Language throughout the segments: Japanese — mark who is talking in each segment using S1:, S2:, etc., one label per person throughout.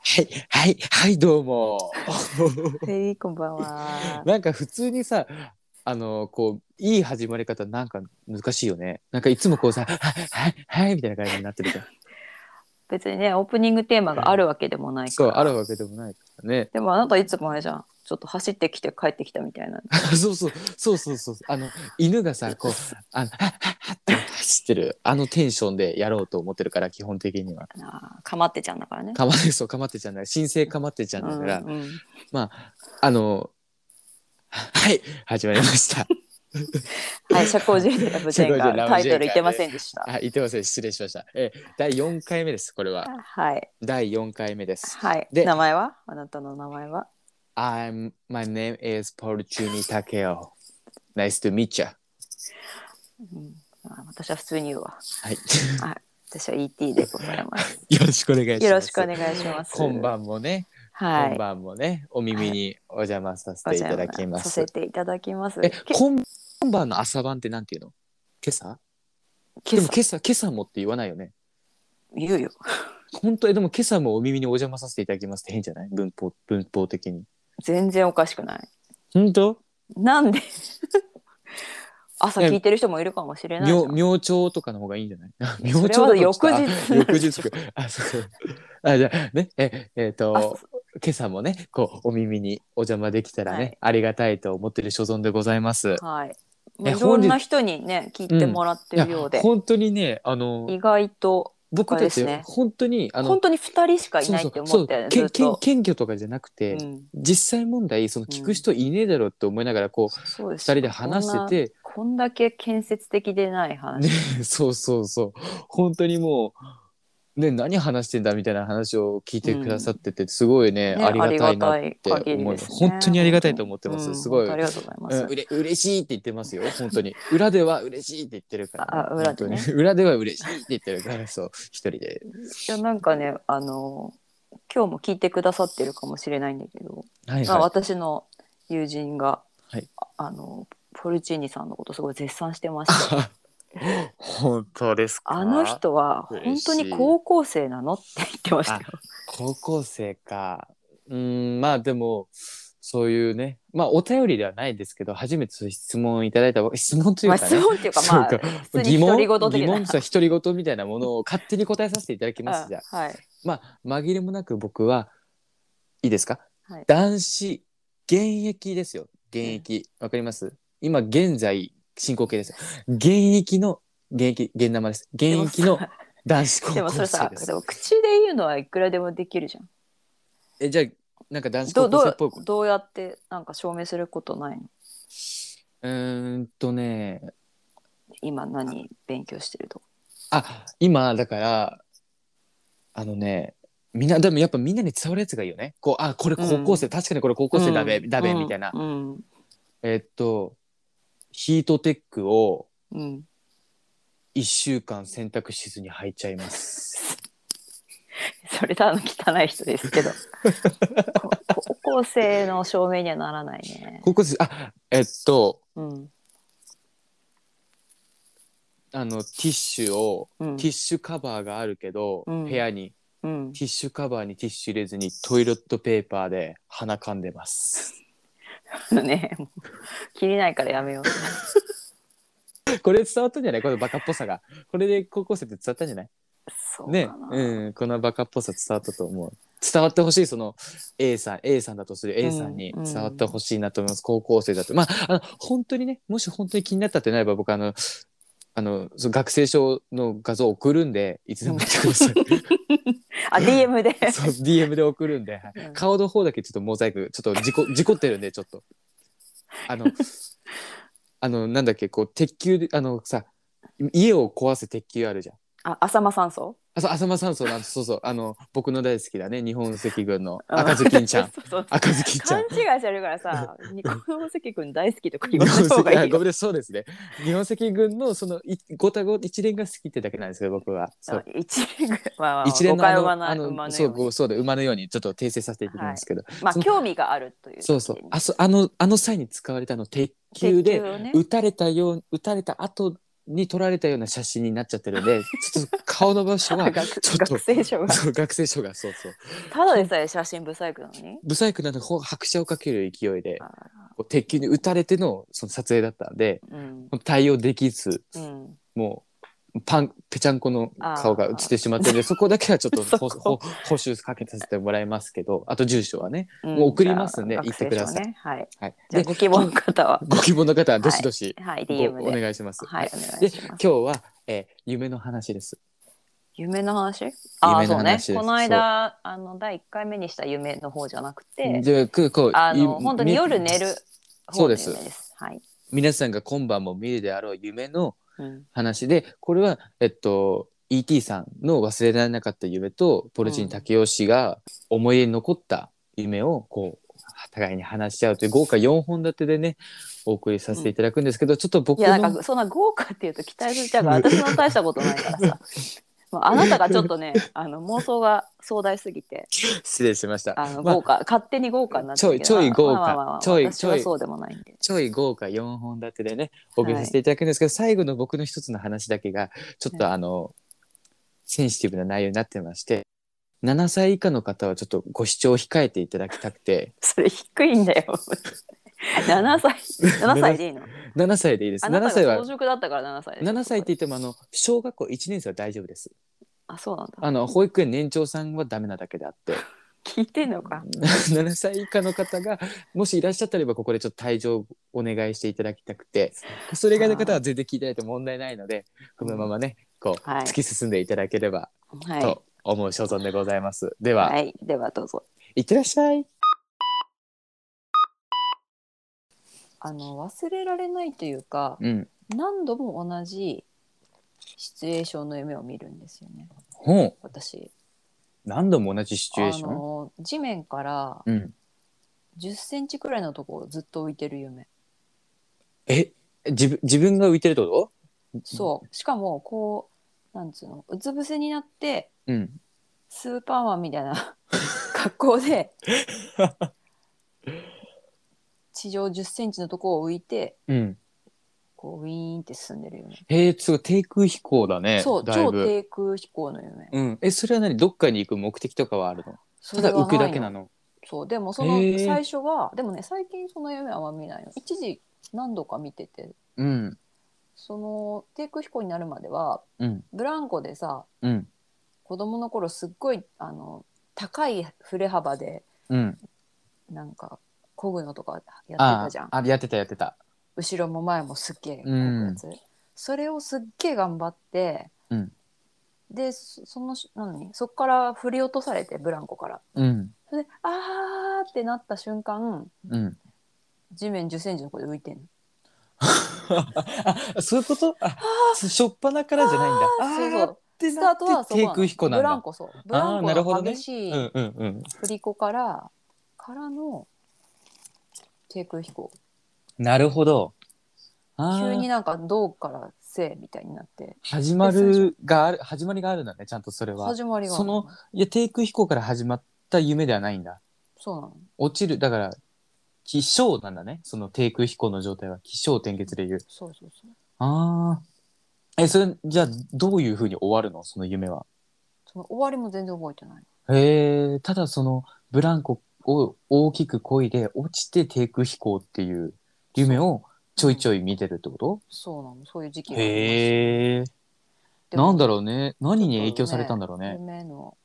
S1: はい、はい、はい、どうも。
S2: えー、こんばんは。
S1: なんか普通にさ、あの、こう、いい始まり方なんか難しいよね。なんかいつもこうさ、はい、はい、はい、みたいな感じになってるじゃん。
S2: 別にね、オープニングテーマがあるわけでもないか
S1: そう、
S2: ら。
S1: あるわけでもないからね。
S2: でもあなたいつもあれじゃん。ちょっと走ってきて帰ってきたみたいな。
S1: そうそう、そうそうそう。あの、犬がさ、こう、あの、はっはっはって走ってる、あのテンションでやろうと思ってるから、基本的には。
S2: あーかまってちゃんだからね。
S1: かま って、そう、かまってちゃんだから、新生かまってちゃんだから、
S2: うんうん
S1: あの、はい、始まりました。
S2: はい、社交辞令ラブジェン
S1: 社交辞令ラ
S2: が
S1: ブジェンガ
S2: タイトル言ってませんでした。
S1: あ、言ってません、失礼しました。えー、第4回目です、これは。
S2: はい、
S1: 第4回目です。
S2: はい。
S1: で
S2: 名前はあなたの名前は
S1: I'm, my name is Paul Juni Takeo. Nice to meet you.
S2: うんあ私は普通に言うわ。
S1: はい。
S2: 私は ET でございます。
S1: よろしくお願いします。
S2: よろしくお願いします。
S1: 今晩もね、
S2: はい。
S1: 今晩もね、お耳にお邪魔させ
S2: お
S1: てい
S2: 邪魔
S1: ただきま
S2: さ
S1: す。
S2: せていただきます。
S1: え、
S2: け
S1: 今今晩の朝晩ってなんていうの今朝で
S2: 今
S1: も
S2: 朝
S1: 今朝、今朝もって言わないよね。
S2: 言うよ。
S1: 本当えでも今朝もお耳にお邪魔させていただきますって変じゃない文法、文法的に。
S2: 全然おかしくない。
S1: 本当
S2: なんで 朝聞いてる人もいるかもしれないじゃ
S1: 明
S2: ん。
S1: 明朝とかの方がいいんじゃない 明
S2: そ
S1: 朝
S2: れ
S1: と
S2: は
S1: か
S2: 翌
S1: ちょっと
S2: 日。
S1: あ 翌日か。あ、そうそう。あ、じゃあね、え、えっ、
S2: あ
S1: と、今朝もね、こう、お耳にお邪魔できたらね、
S2: はい
S1: ありがたいと思ってる所存でございます。
S2: はい。
S1: え
S2: いろんな人にね聞いてもらってるようで、
S1: 本当にね、あの、
S2: 意外と
S1: 僕
S2: あれ
S1: た
S2: です
S1: ち
S2: ね
S1: 本当に、あの、
S2: 本当に2人しかい
S1: そう
S2: ない
S1: そう
S2: って思ったよねず
S1: そう
S2: っ
S1: けん
S2: と。
S1: 謙虚とかじゃなくて、
S2: うん
S1: 実際問題その聞く人いねえだろうって思いながらこう、
S2: そう
S1: 二
S2: です
S1: 人で話してて、
S2: こんなこんだけ建設的でない話、
S1: ね、 そうそうそう本当にもう、ね、何話してんだみたいな話を聞いてくださってて、すごいね
S2: ね
S1: ありがたいなっ
S2: あり
S1: て
S2: がたい
S1: 思い
S2: 限
S1: ま
S2: りですすね
S1: 本当にありがたいと思ってます、
S2: うん
S1: すごい、
S2: 本当ありがとうございます、
S1: うん、うれ嬉しいって言ってますよ本 当に裏では嬉しいって言ってるから、
S2: あ裏でね
S1: 本当に裏では嬉しいって言ってるからそう一人で
S2: いやなんかねあの今日も聞いてくださってるかもしれないんだけど、
S1: はい
S2: まあ、
S1: は
S2: 私の友人が、
S1: はい
S2: ああのポルチーニさんのことすごい絶賛してま
S1: い
S2: した。
S1: 本当ですか
S2: あの人は本当に高校生なのって言ってましたよ。
S1: 高校生かうーんまあでもそういうねまあお便りではないですけど初めてそういう質問をいただいたわ質問とい
S2: まあ、
S1: うかね、
S2: 質問っていうか、まあ
S1: そう、
S2: 普通に
S1: 疑問
S2: 独り言
S1: 疑
S2: 的な
S1: 問。さ独り言みたいなものを勝手に答えさせていただきますじゃあ
S2: あはい。
S1: まあ紛れもなく僕はいいですか、
S2: はい
S1: 男子現役ですよ現役わ、かります今現在進行形です現役の現役現生です現
S2: でも
S1: 役の
S2: さ
S1: 男子高
S2: でもそ
S1: 校
S2: れ
S1: 生
S2: さ
S1: で、
S2: ですも口で言うのはいくらでもできるじゃん。
S1: えじゃあなんか男子
S2: ど
S1: 高
S2: ど
S1: 校生っ
S2: う
S1: ぽいこと
S2: どうやってなんか証明することないの
S1: うーんとね
S2: 今何勉強してるとか。
S1: あ今だからあのねみんなでもやっぱみんなに伝わるやつがいいよねこうあこれ高校生、確かにこれ高校生だべ、
S2: うん
S1: だべみたいな、
S2: うん。
S1: えっとヒートテックを
S2: うんうん
S1: 1週間洗濯しずに履いちゃいます
S2: それただの汚い人で すけど。こ高校生の証明にはならないね。
S1: 高校生あえっと
S2: うん。
S1: あのティッシュを
S2: うん
S1: ティッシュカバーがあるけど、
S2: うん
S1: 部屋に
S2: うん。
S1: ティッシュカバーにティッシュ入れずにトイレットペーパーで鼻かんでます
S2: ねもう切りないからやめよう。
S1: これ伝わったんじゃないこのバカっぽさが。これで高校生って伝わったんじゃない
S2: そう
S1: ね
S2: かな。
S1: うん。このバカっぽさ伝わったと思う。伝わってほしい、その A さん、A さんだとする A さんに
S2: うん
S1: 伝わってほしいなと思います。高校生だと。まあ、あの、本当にね、もし本当に気になったってなれば、僕、あの、あの、その学生証の画像送るんで、いつ でも送ってください。
S2: あ、DM で。
S1: そう、DM で送るんで、はい
S2: うん
S1: 顔の方だけちょっとモザイク、ちょっと事故、事故ってるんで、ちょっと。あ の、あの、なんだっけ、こう、鉄球で、あのさ、家を壊す鉄球あるじゃん。
S2: あ、浅間山荘
S1: あそう浅間山荘なんてそうそうあの僕の大好きだね日本赤軍の赤ずきんちゃん
S2: そうそう
S1: 赤ずきんちゃ
S2: 勘
S1: ん
S2: 違いされるか らさ、日本関君大好きとか
S1: 日
S2: 言わな
S1: 本
S2: い方
S1: 赤
S2: が
S1: あ
S2: いい
S1: ご
S2: よ。
S1: めんなさいそうですね日本赤軍のそのいごたご一連が好きってだけなんですけど僕はそう
S2: あ一連ぐらい、まあまあ、
S1: 一連
S2: 誤
S1: のあ
S2: 解
S1: の
S2: を生まない
S1: あ
S2: 生ま
S1: の
S2: ない
S1: そ
S2: よ
S1: う
S2: うに
S1: ごそうだ馬のようにちょっと訂正させていただきますけど、
S2: まあ
S1: その
S2: 興味があるという。
S1: そうそうあそうあのあの際に使われたの鉄球
S2: 鉄
S1: で
S2: 球をね
S1: 撃たれたよう撃たれた後に撮られたような写真になっちゃってるんでちょっと顔の場所は
S2: 学
S1: ちょっと
S2: 学生証が
S1: そう学生証がそうそう
S2: ただでさえ写真不細工なのに
S1: 不細工なのにほ拍車をかける勢いで
S2: あら
S1: こう鉄球に打たれてのその撮影だったんで
S2: うん
S1: 対応できず
S2: うん
S1: もうパンぺちゃんこの顔が映ってしまってるんでそこだけはちょっと
S2: そ
S1: ほ
S2: こ
S1: ほ補修かけさせてもらいますけどあと住所はね
S2: うん
S1: もう送りますん
S2: じ
S1: で
S2: ゃあ
S1: 行ってください
S2: 学生証ねはい
S1: はい、
S2: じゃあ
S1: で
S2: ご希望の方は
S1: ご希望の方はどしどし
S2: はい
S1: ご
S2: DM
S1: お
S2: で
S1: 願いします。
S2: はいお願
S1: で
S2: いしま
S1: 今
S2: す
S1: 日は、えー夢の話です。
S2: 夢の話ああ
S1: 夢の
S2: そうね
S1: 話です
S2: この間あの第一回目にした夢の方じゃなくて
S1: じゃあくこう
S2: あ
S1: い
S2: の本当に
S1: み
S2: 夜寝る
S1: そ
S2: 方
S1: う
S2: の夢
S1: で
S2: ですすはい
S1: 皆さんが今晩も見るであろう夢の
S2: うん
S1: 話でこれはえっと E.T. さんの忘れられなかった夢とポルチン武雄氏が思い出に残った夢をこう互いに話し合うという豪華4本立てでねお送りさせていただくんですけど、ちょっと僕
S2: いやなん
S1: の
S2: かそんな豪華っていうと期待するだから私の大したことないか らさまああなたがちょっとねあの妄想が壮大すぎて
S1: 失礼しました
S2: あの
S1: まあ
S2: 豪華、勝手に豪華になってるけど
S1: ちょいちょい豪華
S2: まあまあまあ
S1: ちょい
S2: 私は
S1: ちょい
S2: そうでもないんで
S1: ちょい豪華4本立てでねお送りさせていただくんですけど、最後の僕の一つの話だけがちょっとあの、センシティブな内容になってまして7歳以下の方はちょっとご視聴を控えていただきたくて
S2: それ低いん だよ7歳7歳でいいの
S1: 7歳でいいです
S2: あな
S1: 7
S2: た
S1: 歳
S2: が
S1: は
S2: 早熟だったから7歳で
S1: 7歳って言ってもあの小学校1年生は大丈夫です
S2: あそうなんだ
S1: あの保育園年長さんはダメなだけであって
S2: 聞いてんのか
S1: 7歳以下の方がもしいらっしゃったらばここでちょっと退場をお願いしていただきたくてそれ以外の方は全然聞いてないと問題ないのでこのままねこう
S2: はい
S1: 突き進んでいただければ
S2: はい、
S1: と思う所存でございます。では、
S2: はい、ではどうぞ
S1: い、ってらっしゃい。
S2: あの忘れられないというか
S1: うん。
S2: 何度も同じシチュエーションの夢を見るんですよね
S1: ほう。
S2: 私
S1: 何度も同じシチュエー
S2: あ
S1: ション。
S2: の地面から
S1: うん。
S2: 10センチくらいのところずっと浮いてる夢
S1: え、自分自分が浮いてるってこ
S2: そうしかもこうなんつうのうつ伏せになって
S1: と？うん。
S2: スーパーマンみたいな 格好で地上10センチのとこを浮いて
S1: うん。
S2: こうウィーンって進んでる夢、
S1: へえ、すごい低空飛行だね。
S2: そう
S1: だい
S2: 超
S1: ぶ。
S2: 低空飛行の夢
S1: うん。え、それは何？どっかに行く目的とかはあるの？
S2: そ
S1: た
S2: れは
S1: だ
S2: ない
S1: 浮くだけなの。
S2: そうでもその
S1: へえ
S2: 最初はでもね最近その夢はあんま見ないの一時何度か見てて
S1: うん。
S2: その低空飛行になるまでは
S1: うん。
S2: ブランコでさ
S1: うん。
S2: 子供の頃すっごいあの高い振れ幅で
S1: うん。
S2: なんか漕ぐのとかやって
S1: あ
S2: たじゃん
S1: あ、やってたやってた。
S2: 後ろも前もすっげえ漕ぐやつ、それをすっげえ頑張って、
S1: うん
S2: でそそのなのにそっから振り落とされてブランコから
S1: うん。
S2: それであーってなった瞬間
S1: うん。
S2: 地面1 0ンチのとこで浮いてんの
S1: あ、そういうこと？あ、しょっぱなからじゃないんだ。あ
S2: そう
S1: ー
S2: そう
S1: って
S2: ス
S1: な
S2: タ
S1: っ
S2: ートは
S1: て
S2: そこ
S1: 低空飛行なん
S2: ブラ
S1: だ
S2: ン。コそうブラ
S1: あ
S2: ン
S1: ーなる
S2: コ
S1: ほど
S2: の
S1: ね
S2: 激しい
S1: うんうんうん。
S2: 振り子から、からの低空飛行
S1: なるほど。あー
S2: 急になんか銅から性みたいになって
S1: 始まるがある始まりがあるんだねちゃんとそれは
S2: 始まりがあ
S1: そ
S2: る
S1: のいや低空飛行から始まった夢ではないんだ
S2: そうなの
S1: 落ちるだから起承なんだねその低空飛行の状態は起承転結でいう
S2: そうそうそう
S1: ああえそれじゃあどういうふうに終わるのその夢は
S2: その終わりも全然覚えてない
S1: へえただそのブランコを大きく漕いで落ちて低空飛行っていう夢をちょいちょい見てるってこ
S2: そうなのそういう時期
S1: と
S2: があります
S1: へえ
S2: でも
S1: なんだろうね何に影響されたんだろうね
S2: 夢の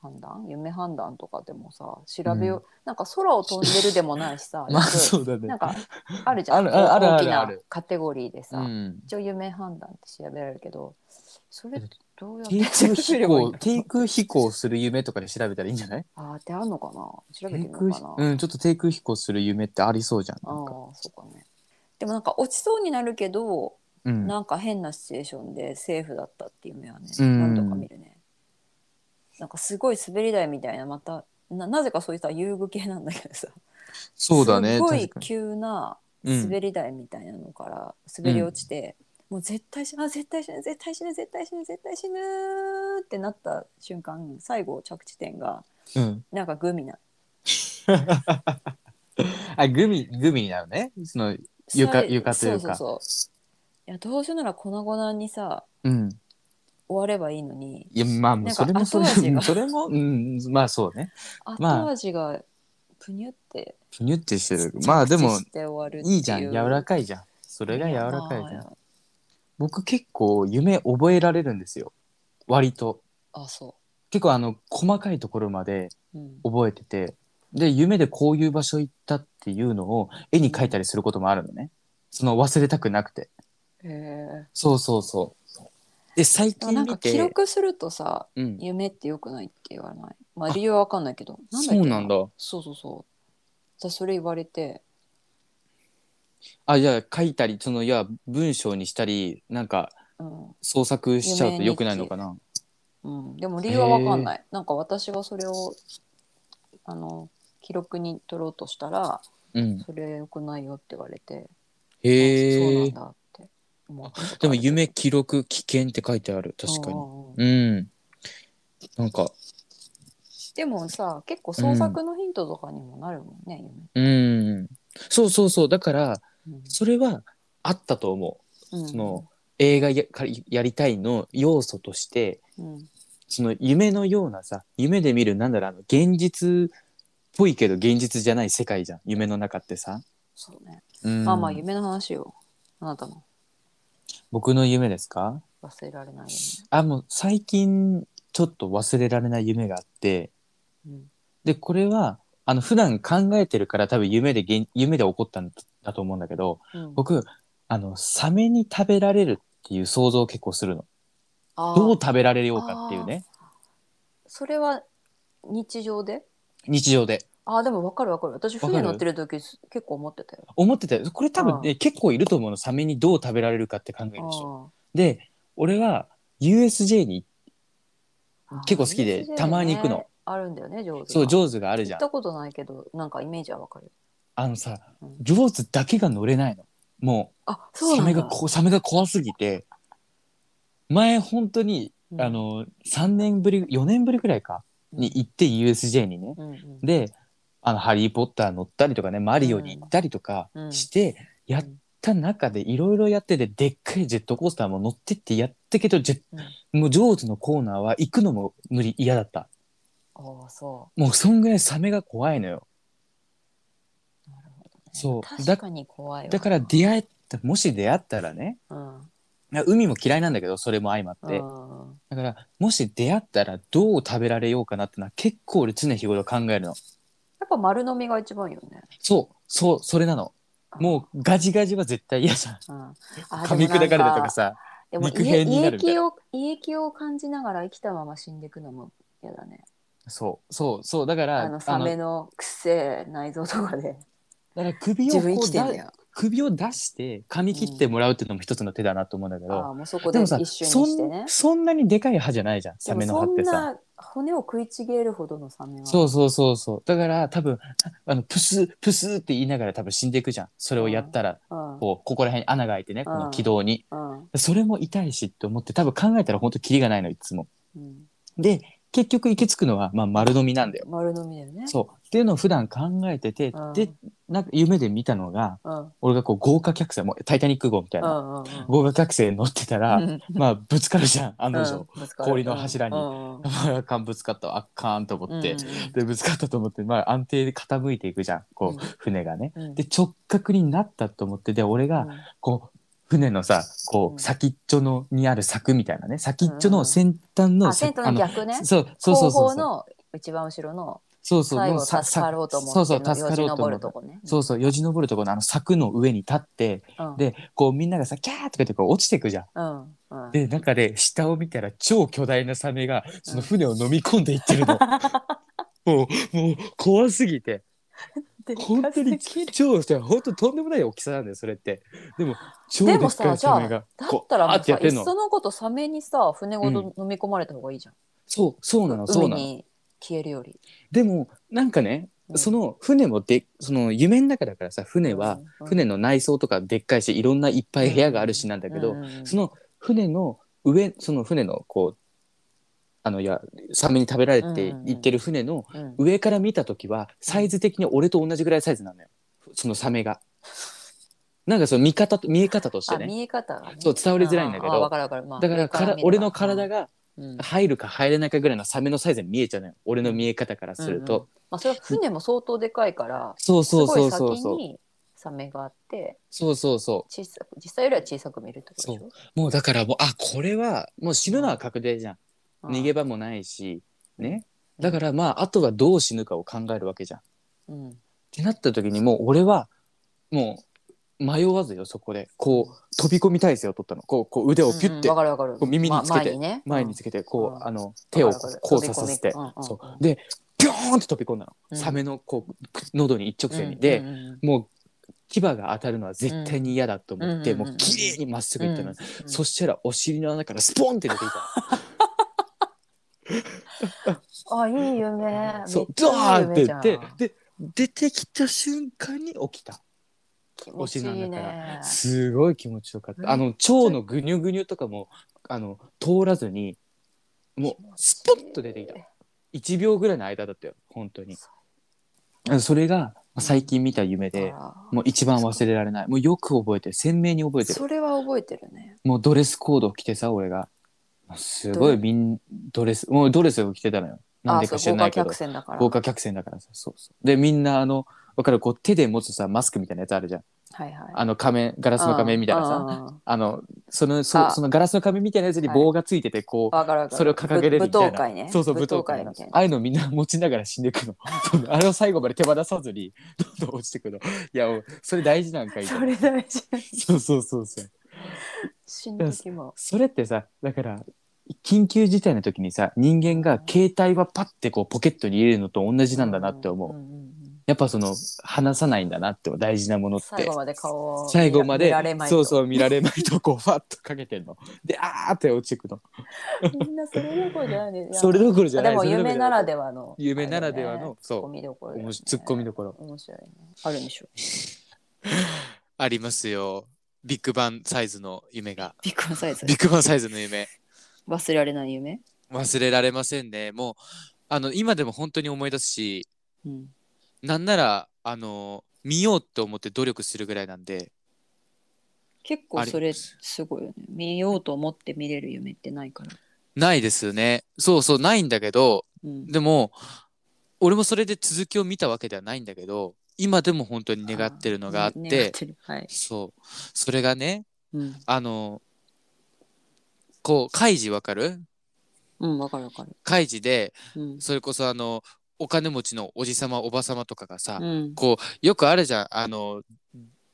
S2: 判断夢判断とかでもさ調べよう、なんか空を飛んでるでもないしさ
S1: まあ
S2: よく
S1: そうだね
S2: なんかあるじゃん
S1: あるあるある
S2: 大
S1: あ
S2: き
S1: るあ
S2: な
S1: る
S2: カテゴリーでさ、
S1: うん、
S2: 一応夢判断って調べられるけどそれどうやって
S1: 低空 飛
S2: ればいい
S1: 行
S2: の、
S1: 低空飛行する夢とかで調べたらいいんじゃない
S2: あーってあるのかな調
S1: 低
S2: べてみよう
S1: 空
S2: か
S1: 飛
S2: な、
S1: うん、ちょっと低空飛行する夢ってありそうじゃん。
S2: あ
S1: な
S2: あ
S1: んか
S2: そうかねでもなんか落ちそうになるけど、
S1: うん、
S2: なんか変なシチュエーションでセーフだったっていう夢はね、
S1: うん
S2: 何度か見るねなんかすごい滑り台みたいなまたななぜかそういうさ遊具系なんだけどさ
S1: そうだね。
S2: すごい
S1: 確かに
S2: 急な
S1: うん
S2: 滑り台みたいなのから滑り落ちて、もう絶対しあ絶対死ぬ絶対死ぬ絶対死ぬ絶対死ぬってなった瞬間最後着地点が
S1: うん、
S2: なんかグミな
S1: あ、グミ、グミなのね。その床、
S2: それ
S1: 床という
S2: そう
S1: か。
S2: そうそういやどうせなら粉々にさ
S1: うん。
S2: 終わればいいのに
S1: いや、まあ、もう
S2: なん
S1: そ
S2: か
S1: れもそれ
S2: 後味
S1: も、
S2: が
S1: それも、うん、まあそうね。まあ
S2: 後味がプニュって
S1: ぷにゅってしてる。まあでも
S2: 着地、して終わるってう
S1: いいじゃん。柔らかいじゃん。それが柔らかいじゃん。
S2: あ
S1: 僕結構夢覚えられるんですよ。割と。
S2: あそ
S1: 結構あの、細かいところまで
S2: う、うん、
S1: 覚えてて。で、夢でこういう場所行ったっていうのを絵に描いたりすることもあるのね。その忘れたくなくて。
S2: へえ
S1: そうそうそう。で、最
S2: で
S1: 近
S2: もなんか
S1: 見
S2: 記
S1: て。
S2: 録するとさ
S1: うん、
S2: 夢ってよくないって言わないまあ理由は分かんないけどなんだ
S1: そ
S2: っけ
S1: うなんだ。
S2: そうそうそうだそれ言われて
S1: あ、じゃあ書いたり、その、いや、文章にしたり、なんか
S2: うん、
S1: 創作しちゃうと良くないのかな。
S2: うん、でも理由は分かんないなんか私がそれをあの記録に取ろうとしたら
S1: うん。
S2: それよくないよって言われてそう
S1: へえ
S2: なん。だって思ったことある
S1: でも夢記録危険って書いてある。確か
S2: う
S1: に。
S2: んうんうん
S1: うん。なんか、
S2: でもさ結構創作のヒントとかにもなるもんね、
S1: うん。そうそうそう。だから、
S2: 夢うん
S1: それはあったと思
S2: うん
S1: う。その、映画やかやりたいの要素として、
S2: うん
S1: その夢のようなさ、夢で見る、なんだろう、あの、現実っぽいけど現実じゃない世界じゃん。夢の中ってさ。
S2: そうね、
S1: うん
S2: まあまあ夢の話よあなたの
S1: 僕の夢ですか
S2: 忘れられない
S1: あ、もう最近ちょっと忘れられない夢があって、
S2: 夢、うん
S1: で、これは、あの、普段考えてるから多分夢で現、夢で起こったんだと思うんだけど、
S2: うん
S1: 僕、あの、サメに食べられるっていう想像を結構するの。
S2: あー
S1: どう食べられようかっていうね、
S2: それは日常で
S1: 日常で。
S2: ああでも分かる分かる私
S1: かる
S2: 船乗ってる時結構思ってたよ
S1: 思ってたよ。これ多分
S2: あ
S1: ね、結構いると思うの。サメにどう食べられるかって考えるでしょ。で、俺は USJ に、
S2: あー
S1: 結構好きで
S2: あー USJ
S1: たまに行くの
S2: あるんだよね上手が
S1: そう、ジョーズがあるじ
S2: 行
S1: ゃ
S2: っ
S1: ん。
S2: たことないけどなんかイメージは分かる
S1: あのさ
S2: うん、
S1: ジョーズだけが乗れないの。もう、
S2: あそう
S1: サ
S2: な
S1: メ
S2: ん
S1: が
S2: だ
S1: こサメが怖すぎて前本当に、
S2: うん
S1: あの3年ぶり4年ぶりぐらいかに行って USJ にね、
S2: うんうん
S1: であの「ハリー・ポッター」乗ったりとかねマリオに行ったりとか
S2: うん
S1: して、やった中でいろいろやっててでっかいジェットコースターも乗ってってやったけどジェ、もうジョーズのコーナーは行くのも無理嫌だった
S2: ああそ
S1: もうそんぐらいサメが怖いのよ
S2: うなるほどね
S1: そうだ
S2: 確かに怖いわ
S1: だから出会えたもし出会ったらね
S2: うん
S1: いや海も嫌いなんだけどそれも相まって、
S2: うん
S1: だからもし出会ったらどう食べられようかなってのは結構俺常日頃考えるの
S2: やっぱ丸飲みが一番いいよね
S1: そうそうそれなのもうガジガジは絶対嫌じゃん
S2: うん、あ
S1: 噛み砕かれるとかさ
S2: でも
S1: 肉片にな
S2: 胃
S1: るみたい
S2: 液を胃液を感じながら生きたまま死んでいくのも嫌だね
S1: そうそうそうだから
S2: あのサメのくせえ内臓とかで
S1: だから首
S2: 自
S1: を
S2: 分
S1: こ
S2: 生き
S1: う
S2: てんだ
S1: だ
S2: よ
S1: 首を出して噛み切ってもらうっていうのも一つの手だなと思うんだけ
S2: ああ
S1: ど、
S2: もうそこ
S1: で
S2: で
S1: も
S2: 一
S1: さ
S2: 瞬に
S1: そ
S2: してね
S1: んそんなにでかい歯じゃないじゃん
S2: で
S1: サ
S2: も
S1: メの歯
S2: そ
S1: っ
S2: ん
S1: てさ
S2: な骨を食いちぎれるほどのサメは
S1: そううそうそうそうだから多分あのプスプスって言いながら多分死んでいくじゃんそれをやったら、
S2: うん
S1: こうここら辺に穴が開いてねこの軌道に、
S2: うん
S1: それも痛いしって思って多分考えたら本当キリがないのいつも。
S2: うん
S1: で結局行き着くのは、まあ、丸飲みなんだよ。
S2: 丸飲みだよね
S1: そうっていうのを普段考えてて、
S2: うん
S1: でなんか夢で見たのが
S2: うんうん
S1: 俺がこう豪華客船もう「タイタニック号」みたいな、
S2: うんうん
S1: 豪華客船乗ってたら、
S2: うん
S1: まあぶつかるじゃ ん案の定、
S2: うんぶつかる
S1: 氷の柱に
S2: うんう ん
S1: まああかんぶつかったわあっかんと思って、
S2: うんうんうん
S1: でぶつかったと思って、まあ、安定で傾いていくじゃんこう、
S2: うん
S1: 船がね。
S2: うん
S1: で直角になったと思ってで俺が、
S2: うん
S1: こう船のさこ
S2: うん
S1: う先っちょのにある柵みたいなね先っちょの先端の
S2: あ
S1: さ
S2: テントの逆ね
S1: そうそうそうそ
S2: 後
S1: う
S2: 方の一番後ろの
S1: そうそう
S2: 最
S1: も
S2: 後
S1: うさ
S2: 助
S1: さ
S2: かろうと思って
S1: そうそう
S2: の
S1: 助かろうと
S2: よ
S1: 思
S2: じ登る
S1: って
S2: とこね
S1: そうそうよじ登るところのあの柵の上に立って
S2: うん
S1: でこうみんながさキャーとか言ってこう落ちていくじゃん。
S2: うんうん
S1: で中で下を見たら超巨大なサメがその船を飲み込んでいって るの。もうもう怖すぎて本当に超本当とんでもない大きさなんだよそれってでも超で
S2: で
S1: っ
S2: も
S1: か
S2: さ
S1: い
S2: じゃ
S1: サ
S2: あ
S1: メが
S2: だったら
S1: こうあ
S2: も
S1: ー
S2: う
S1: って
S2: さ
S1: やっ
S2: いって
S1: んの
S2: そのことサメにさ船ごと飲み込まれた方がいいじゃん、
S1: そうそうなのそう
S2: 海
S1: なの
S2: に消えるより、
S1: でもなんかね、
S2: うん
S1: その船もでその夢の中だからさ船は
S2: うんうん
S1: 船の内装とかでっかいしいろんないっぱい部屋があるしなんだけど、その船の上その船のこうあのいやサメに食べられていってる船の
S2: うんうんうん
S1: 上から見た時はサイズ的に俺と同じぐらいサイズなのよそのサメが。なんかその見方と見え方として
S2: あ
S1: ね
S2: 見え方がね
S1: そう伝わりづらいんだけど
S2: ああわかるわかる、まあ、
S1: だからから俺の体
S2: が、
S1: が
S2: うんま
S1: 入るか入れないかぐらいのサメのサイズに見えちゃうのよ俺の見え方からすると、
S2: うんあ、それは船も相当でかいから
S1: そうそうそう
S2: す
S1: そ
S2: ご
S1: う
S2: い先
S1: そう
S2: にサメがあって
S1: そうそうそ
S2: 小さく実際よりは小さく見るってことでしょ
S1: うもうだからもうあこれはもう死ぬのは確定じゃん
S2: うん
S1: 逃げ場もないしね
S2: うん
S1: だからまああとはどう死ぬかを考えるわけじゃんっ
S2: うん
S1: てなった時にもう俺はもう迷わずよそこでこう飛び込み体勢を取ったのこうこう腕をピュッて
S2: うんうんわかるわかる
S1: こう耳につけて
S2: ま前にね
S1: 前につけてこ
S2: う
S1: うんあの手を
S2: わかるわかる
S1: 交差させて
S2: 飛び込みうんうん
S1: そうでピョーンって飛び込んだ
S2: う
S1: の
S2: ん
S1: サメのこう喉に一直線に
S2: うん
S1: で
S2: うんうんうん
S1: もう牙が当たるのは絶対に嫌だと思って、
S2: うん
S1: も
S2: う
S1: うん綺麗にまっすぐ行ったの、
S2: うん
S1: そしたらお尻の穴からスポンって出ていた、
S2: あいい夢
S1: そう
S2: めっち
S1: ドア
S2: ゃいい
S1: ーって
S2: 夢じ
S1: 言
S2: ゃん
S1: ってで出てきた瞬間に起きた
S2: 気持ちいい
S1: お尻の中
S2: ね
S1: すごい気持ちよかったあの腸のぐにゅぐにゅとかもあの通らずにもうスポッと出てきた1秒ぐらいの間だったよ本当にそれが最近見た夢で
S2: あ
S1: もう一番忘れられないもうよく覚えてる鮮明に覚えてる
S2: それは覚えてるね
S1: もうドレスコード着てさ俺がすごいみんドレスもうドレスを着てたのよなんでか知らないけ
S2: あそ
S1: ど
S2: う豪華客船だから
S1: 豪華客船だからさそうそうでみんなあのわかるこう手で持つさマスクみたいなやつあるじゃん
S2: はいはい
S1: あの仮面ガラスの仮面みたいなさ
S2: さ
S1: あのそのそ
S2: あ
S1: そのガラスの仮面みたいなやつに棒がついててこう、
S2: わかるわかる
S1: それを掲げれる
S2: ぶ
S1: みたい
S2: 舞踏
S1: な
S2: 会ね
S1: そうそう舞踏
S2: 会
S1: 会
S2: みたい
S1: あ
S2: な
S1: あいうのみんな持ちながら死んでい くのそうあれを最後まで手放さずにどんどん落ちてくのいやおそれ大事なんかいと
S2: それ大事
S1: そうそうそうそう
S2: 死ぬ時も
S1: それってさだから緊急事態の時にさ人間が携帯はパッてこうポケットに入れるのと同じなんだなって思う、
S2: んんんん
S1: やっぱその離さないんだなって大事なものって
S2: 最後まで顔を
S1: 最後まで
S2: 見られまい
S1: そう
S2: と
S1: そう見られまいとこうファッとかけてんのであーって落ちてくの
S2: みんなそれどころじゃないねいや
S1: それどころじゃない
S2: でも
S1: それどころ
S2: 夢
S1: じゃ
S2: ないらではの
S1: 夢ならではの
S2: あれだね
S1: そう
S2: ツッコミどころだよ
S1: おも
S2: ね
S1: しツッコミどころ
S2: 面白いねあるんでしょ
S1: ありますよビッグバンサイズの夢が
S2: ビッグサイズ
S1: グバンサイズの夢
S2: 忘れられない夢
S1: 忘れられませんねもうあの今でも本当に思い出すし
S2: うん
S1: なんならあの見ようと思って努力するぐらいなんで
S2: 結構そ
S1: あり
S2: れすごいよね見ようと思って見れる夢ってないから、
S1: ないですよねそうそうないんだけど
S2: うん、
S1: でも俺もそれで続きを見たわけではないんだけど今でも本当に願ってるのがあっ
S2: ね願
S1: て
S2: てるはい、
S1: そうそれがね
S2: うん、
S1: あのこう開示わかる
S2: うん、わかるわかる、
S1: 開示で
S2: うん
S1: それこそあのお金持ちのおじさまおばさまとかがさ、
S2: うん、
S1: こうよくあるじゃんあの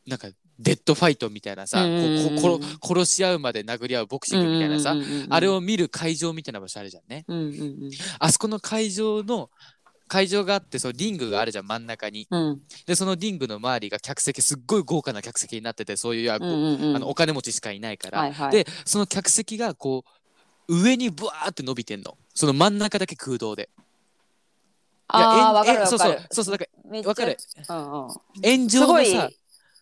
S1: なんかデッドファイトみたいなさ、こ
S2: うん
S1: うこ殺殺し合うまで殴り合うボクシングみたいなさ、
S2: うんうんうんうん
S1: あれを見る会場みたいな場所あるじゃんね
S2: うんうん
S1: あそこの会場の会場があってそのリングがあるじゃん真ん中に
S2: うんうん
S1: でそのリングの周りが客席すっごい豪華な客席になっててそういうあ,、
S2: うんうんうん
S1: あのお金持ちしかいないから、
S2: はいはい
S1: でその客席がこう上にブワーって伸びてんのその真ん中だけ空洞でいや
S2: ああ
S1: えん
S2: わかる
S1: え
S2: わ
S1: そう
S2: か
S1: そう
S2: る
S1: そうそうだから
S2: めっちゃ
S1: わかる
S2: うんうん
S1: 炎
S2: す
S1: 上
S2: ご
S1: の
S2: い
S1: さ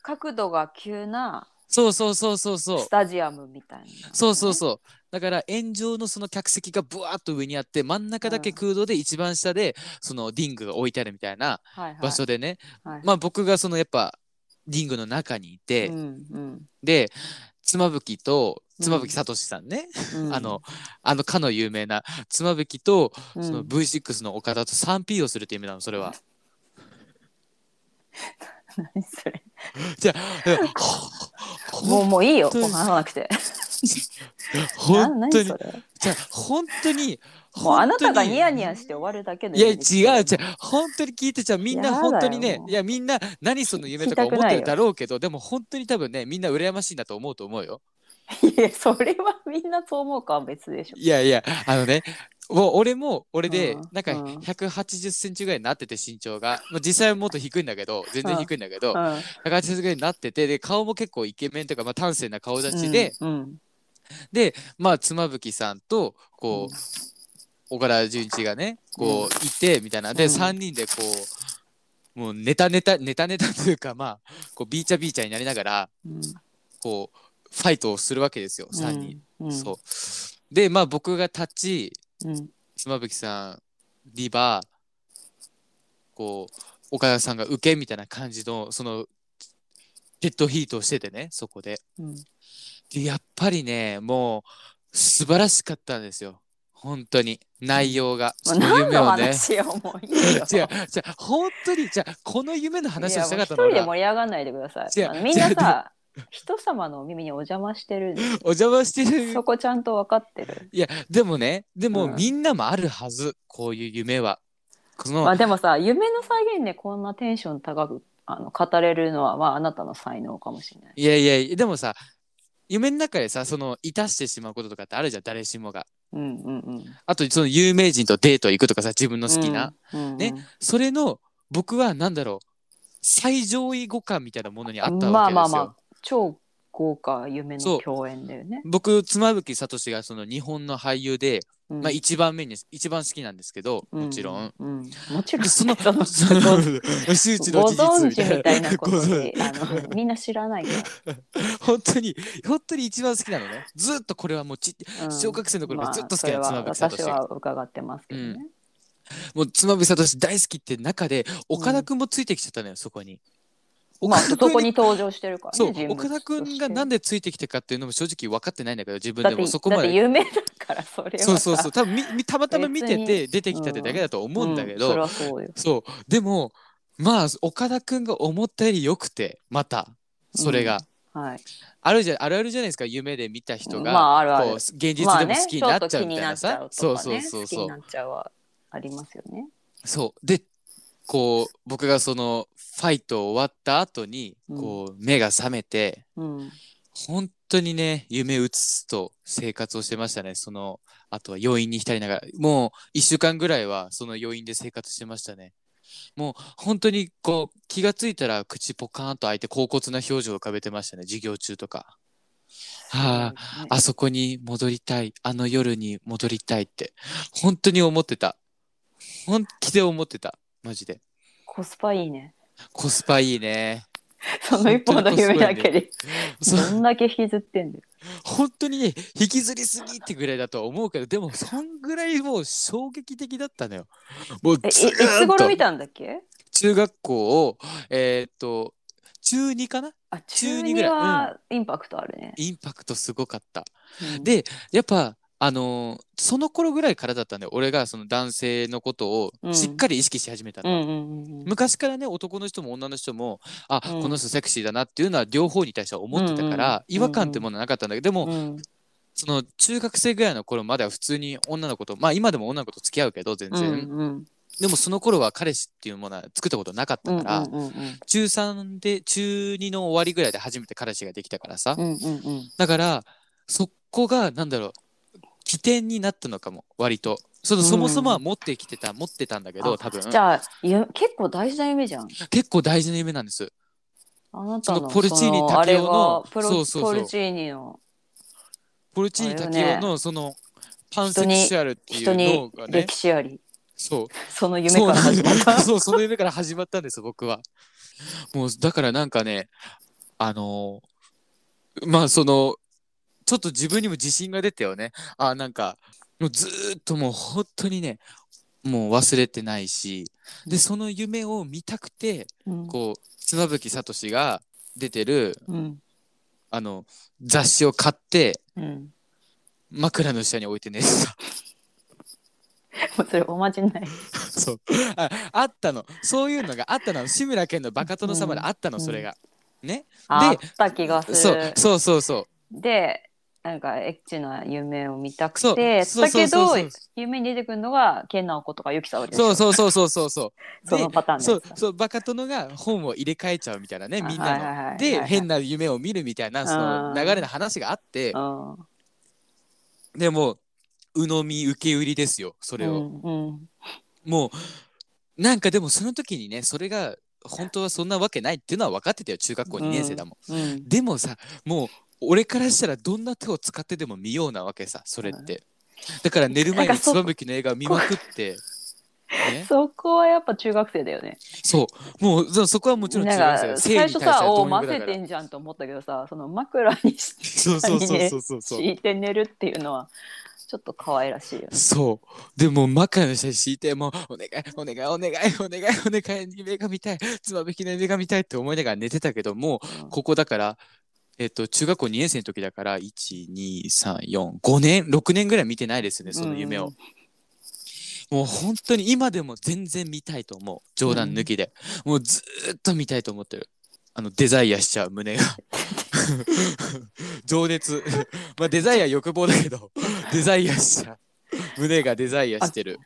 S2: 角度が急な
S1: そうそうそうそうそう
S2: スタジアムみたいな
S1: そうそうそう。だから炎上のその客席がブワーッと上にあって真ん中だけ空洞で一番下でそのリングが置いてあるみたいな
S2: はいはい
S1: 場所でね、
S2: はい
S1: まあ僕がそのやっぱリングの中にいて、
S2: うんうん
S1: で妻夫木と
S2: うん
S1: 妻夫木聡さんね、
S2: うん
S1: あのあのかの有名な妻夫木と
S2: うん
S1: その V6 の岡田と 3P をするって意味なのそれは。
S2: 何それ
S1: じゃあ でもほ
S2: もう
S1: ほ
S2: もういいよ
S1: 本当に
S2: 話さなくてな
S1: 本
S2: 何
S1: 当に
S2: それ
S1: じゃあ本当に
S2: もうあなた
S1: 本
S2: が
S1: 当に
S2: ニヤニヤして終わるだけの
S1: いや違
S2: 夢
S1: う
S2: ですよ
S1: 違う本当に聞いてちゃうみん
S2: や
S1: な
S2: だよ
S1: 本当にね
S2: もう
S1: いやみんな何その夢とか思ってるだろうけどでも本当に多分ねみんな羨ましいなと思うと思うよ
S2: いやそれはみんなそう思うかは別でしょ
S1: いやいやあのねもう俺も俺で
S2: うん
S1: なんか
S2: うん
S1: 1 8 0ンチぐらいになってて身長が、まあ、実際はもっと低いんだけど全然低いんだけど1 8 0ぐらいになっててで顔も結構イケメンとか、まあ、端正な顔立ちで、
S2: うんうん
S1: でまあ妻夫木さんとこう、
S2: うん
S1: 岡田准一がねこういてみたいなで、
S2: うん
S1: 3人でこうもうネタネタネタネタというかまあこうビーチャビーチャになりながら
S2: うん
S1: こうファイトをするわけですよ3人、
S2: うん
S1: そうでまあ僕が立ち
S2: うん
S1: 妻夫木さんリバーこう岡田さんが受けみたいな感じのそのデッドヒートをしててねそこで
S2: うん、
S1: でやっぱりねもう素晴らしかったんですよ本当に内容が、
S2: まあ、
S1: その
S2: 何
S1: 夢
S2: の
S1: をね
S2: 話よ、もういい
S1: 違う違
S2: よ。
S1: う本当にじゃあこの夢の話をしたかった
S2: いや
S1: の
S2: もう一人で
S1: が
S2: 盛り上がんないでくださ
S1: 違
S2: い。
S1: う
S2: あのみんなさ、人様のお耳にお邪魔してる。
S1: お邪魔してる
S2: そこちゃんと分かってる。
S1: いやでもねでも
S2: うん
S1: みんなもあるはず、こういう夢はこの、
S2: まあでもさ、夢の再現でこんなテンション高くあの語れるのは、まああなたの才能かもしれない。
S1: いやいやでもさ夢の中でさそのいたしてしまうこととかってあるじゃん誰しもが
S2: うんうんうん。
S1: あとその有名人とデート行くとかさ自分の好きな、
S2: うん。うんうん
S1: ねそれの僕は何だろう最上位互換みたいなものにあったわけですよ、
S2: まあまあまあ、超豪華夢
S1: そ
S2: の
S1: う
S2: 共演だよね。
S1: 僕妻夫木聡がその日本の俳優で、
S2: うん
S1: まあ、一番目に一番好きなんですけどもちろん、。
S2: ううんもちろん。
S1: でその
S2: その
S1: その周知の
S2: ご
S1: 事実
S2: 存
S1: みたい
S2: 知
S1: な
S2: みたいな
S1: ご
S2: こと
S1: 存知
S2: にあ のみんな知らないから。
S1: 本当に本当に一番好きなのねずっとこれはもうち小学生の頃からずっと好きな
S2: まあ
S1: 妻
S2: それは
S1: 夫木聡
S2: 私は伺ってますけどね。
S1: もう妻夫木聡大好きって中で岡田君もついてきちゃったのよ、そこに。
S2: まあ
S1: 岡田君
S2: そこに登場してるから
S1: そう
S2: ね。人物
S1: 岡田君がなん
S2: で
S1: でついてきてかっていうのも正直分かってないんだけど自分
S2: だ
S1: で
S2: って
S1: もそこま
S2: だって
S1: で
S2: 有名だからそれはさ。
S1: そうそうそう多分みみたまたま見て
S2: 別
S1: て出てきたってだけだと思うんだけど、
S2: うそれはそうよ。
S1: そうでもまあ岡田君が思ったより良くてまたそれが、
S2: はい。
S1: あるじゃあるあるじゃないですか夢で見た人
S2: ま
S1: が、
S2: ああるあ
S1: こう
S2: る。
S1: 現実でも
S2: まあね、
S1: 好きに
S2: ち
S1: な
S2: ょ
S1: っ
S2: っと
S1: ちゃう
S2: 気
S1: み
S2: に
S1: たいな
S2: なっちゃ
S1: さ
S2: う
S1: そ
S2: と
S1: う
S2: か
S1: そう
S2: ね。
S1: そう
S2: 好き
S1: そう
S2: になっちゃうはありますよね。
S1: そうでこう僕がそのファイト終わった後に
S2: うん
S1: こう目が覚めて、
S2: うん。
S1: 本当にね夢うつつと生活をしてましたねそのあとは余韻に浸りながらもう1週間ぐらいはその余韻で生活してましたねもう本当にこう気がついたら口ポカーンと開いて恍惚な表情を浮かべてましたね授業中とかはあ
S2: そうですね
S1: あそこに戻りたい。あの夜に戻りたいって。本当に思ってた。本気で思ってた。マジで。
S2: コスパいいね。
S1: コスパいいね。
S2: その一本の夢だけで
S1: そ
S2: どんだけ引きずってんだよ。
S1: 本当にね、引きずりすぎってぐらいだとは思うけど、でも、そんぐらいもう衝撃的だったのよ。もう
S2: えいい
S1: ずーっと、
S2: つ頃見たんだっけ？
S1: 中学校を、えーっと、中2かな
S2: あ
S1: 中
S2: 中
S1: 二
S2: 二
S1: ぐらい
S2: はインパクトあるね。
S1: インパクトすごかった。
S2: うん
S1: で、やっぱ、あのーその頃ぐらいからだったんだよ。俺がその男性のことをしっかり意識し始めたの。
S2: うんうんうんうん。
S1: 昔からね男の人も女の人もあ、
S2: うん
S1: この人セクシーだなっていうのは両方に対しては思ってたから、
S2: うんうん
S1: 違和感ってものはなかったんだけど、でも、
S2: うん
S1: その中学生ぐらいの頃までは普通に女の子とまあ今でも女の子と付き合うけど全
S2: うんう
S1: 然、
S2: ん
S1: でもその頃は彼氏っていうものは作ったことなかっ
S2: う
S1: た
S2: んうん
S1: から、
S2: うんうん
S1: 中3で中2の終わりぐらいで初めて彼氏ができたからさ、
S2: うんうんうん
S1: だからそこがなんだろう起点になったのかも割とその
S2: うん
S1: そもそもは持ってきてた持ってたんだけど
S2: あ
S1: 多分
S2: じゃあゆ結構大事な夢じゃん。
S1: 結構大事な夢なんです
S2: あなた
S1: その
S2: の
S1: ポルチーニ
S2: そのあれ
S1: 竹雄の
S2: はプロ
S1: そうそうそう
S2: ポルチーニの
S1: ポルチーニ
S2: あ
S1: タ
S2: れ
S1: キ
S2: よね
S1: オのそのパンセクシュアルってい
S2: 人
S1: う
S2: に
S1: のがね
S2: 歴、史あり
S1: そう、
S2: その夢
S1: そう
S2: から始まっ
S1: なん
S2: た。
S1: そう、その夢から始まったんです、僕は。もう、だからなんかね、あのーまあその、ちょっと自分にも自信が出たよね。あ、なんか、もうずーっともう本当にね、もう忘れてないし、で、その夢を見たくて、
S2: うん
S1: こう、妻夫木聡が出てる、
S2: うん
S1: あの、雑誌を買って、
S2: うん。
S1: 枕の下に置いて寝てた。
S2: もうそれおまじない。
S1: そうああったのそういうのがあったの志村けんのバカ殿様であったの、
S2: うん
S1: それがね
S2: あった気がす
S1: そう
S2: る。
S1: そうそうそ
S2: でなんかエッチな夢を見たく
S1: そう
S2: て
S1: そう
S2: だ
S1: そう
S2: け
S1: そう
S2: ど
S1: そう
S2: 夢に出てくるのがケンナオコとかユキサオ
S1: う
S2: リでしょ
S1: そうそうそうそうそうそう
S2: その
S1: で
S2: パターンです
S1: そうそうバカ殿が本を入れ替えちゃうみたいなね
S2: あ
S1: みんなの、
S2: はいはいはいはい
S1: で
S2: はい
S1: 変な夢を見るみたいなその
S2: あ
S1: 流
S2: ー
S1: れの話があって
S2: うん
S1: でもう鵜呑み受け売りですよそれを、
S2: うんうん
S1: もうなんかでもその時にねそれが本当はそんなわけないっていうのは分かってたよ中学校2年生だもん
S2: うん
S1: でもさもう俺からしたらどんな手を使ってでも見ようなわけさそれってだから寝る前
S2: なん
S1: に
S2: かそ
S1: 妻夫木の映画を見まくって、ね、
S2: そこはやっぱ中学生だよね。
S1: そうもうそそこはもちろん
S2: な
S1: 中学
S2: ん
S1: 生
S2: か
S1: だ
S2: 最
S1: 性に対し
S2: 初
S1: ては
S2: さ「
S1: 貪
S2: おお
S1: 欲
S2: 混
S1: だ
S2: ぜ
S1: から
S2: てんじゃん」と思ったけどさその枕に
S1: そうそうそうそうそうそう
S2: 敷いて寝るっていうのはちちょっと可愛らしいよね。
S1: そう。でも、真っ赤な写真敷いて、もう、お願い、お願い、お願い、お願い、お願い、夢が見たい、つまびきの夢が見たいって思いながら寝てたけど、もう、ここだから、えっと、中学校2年生の時だから、1、2、3、4、5年、6年ぐらい見てないですね、その夢を。
S2: うん
S1: もう本当に今でも全然見たいと思う。冗談抜きで。もうずーっと見たいと思ってる。あの、デザイアしちゃう、胸が。 情熱。まあ、デザイア欲望だけど、デザイアしちゃう。胸がデザイアしてる。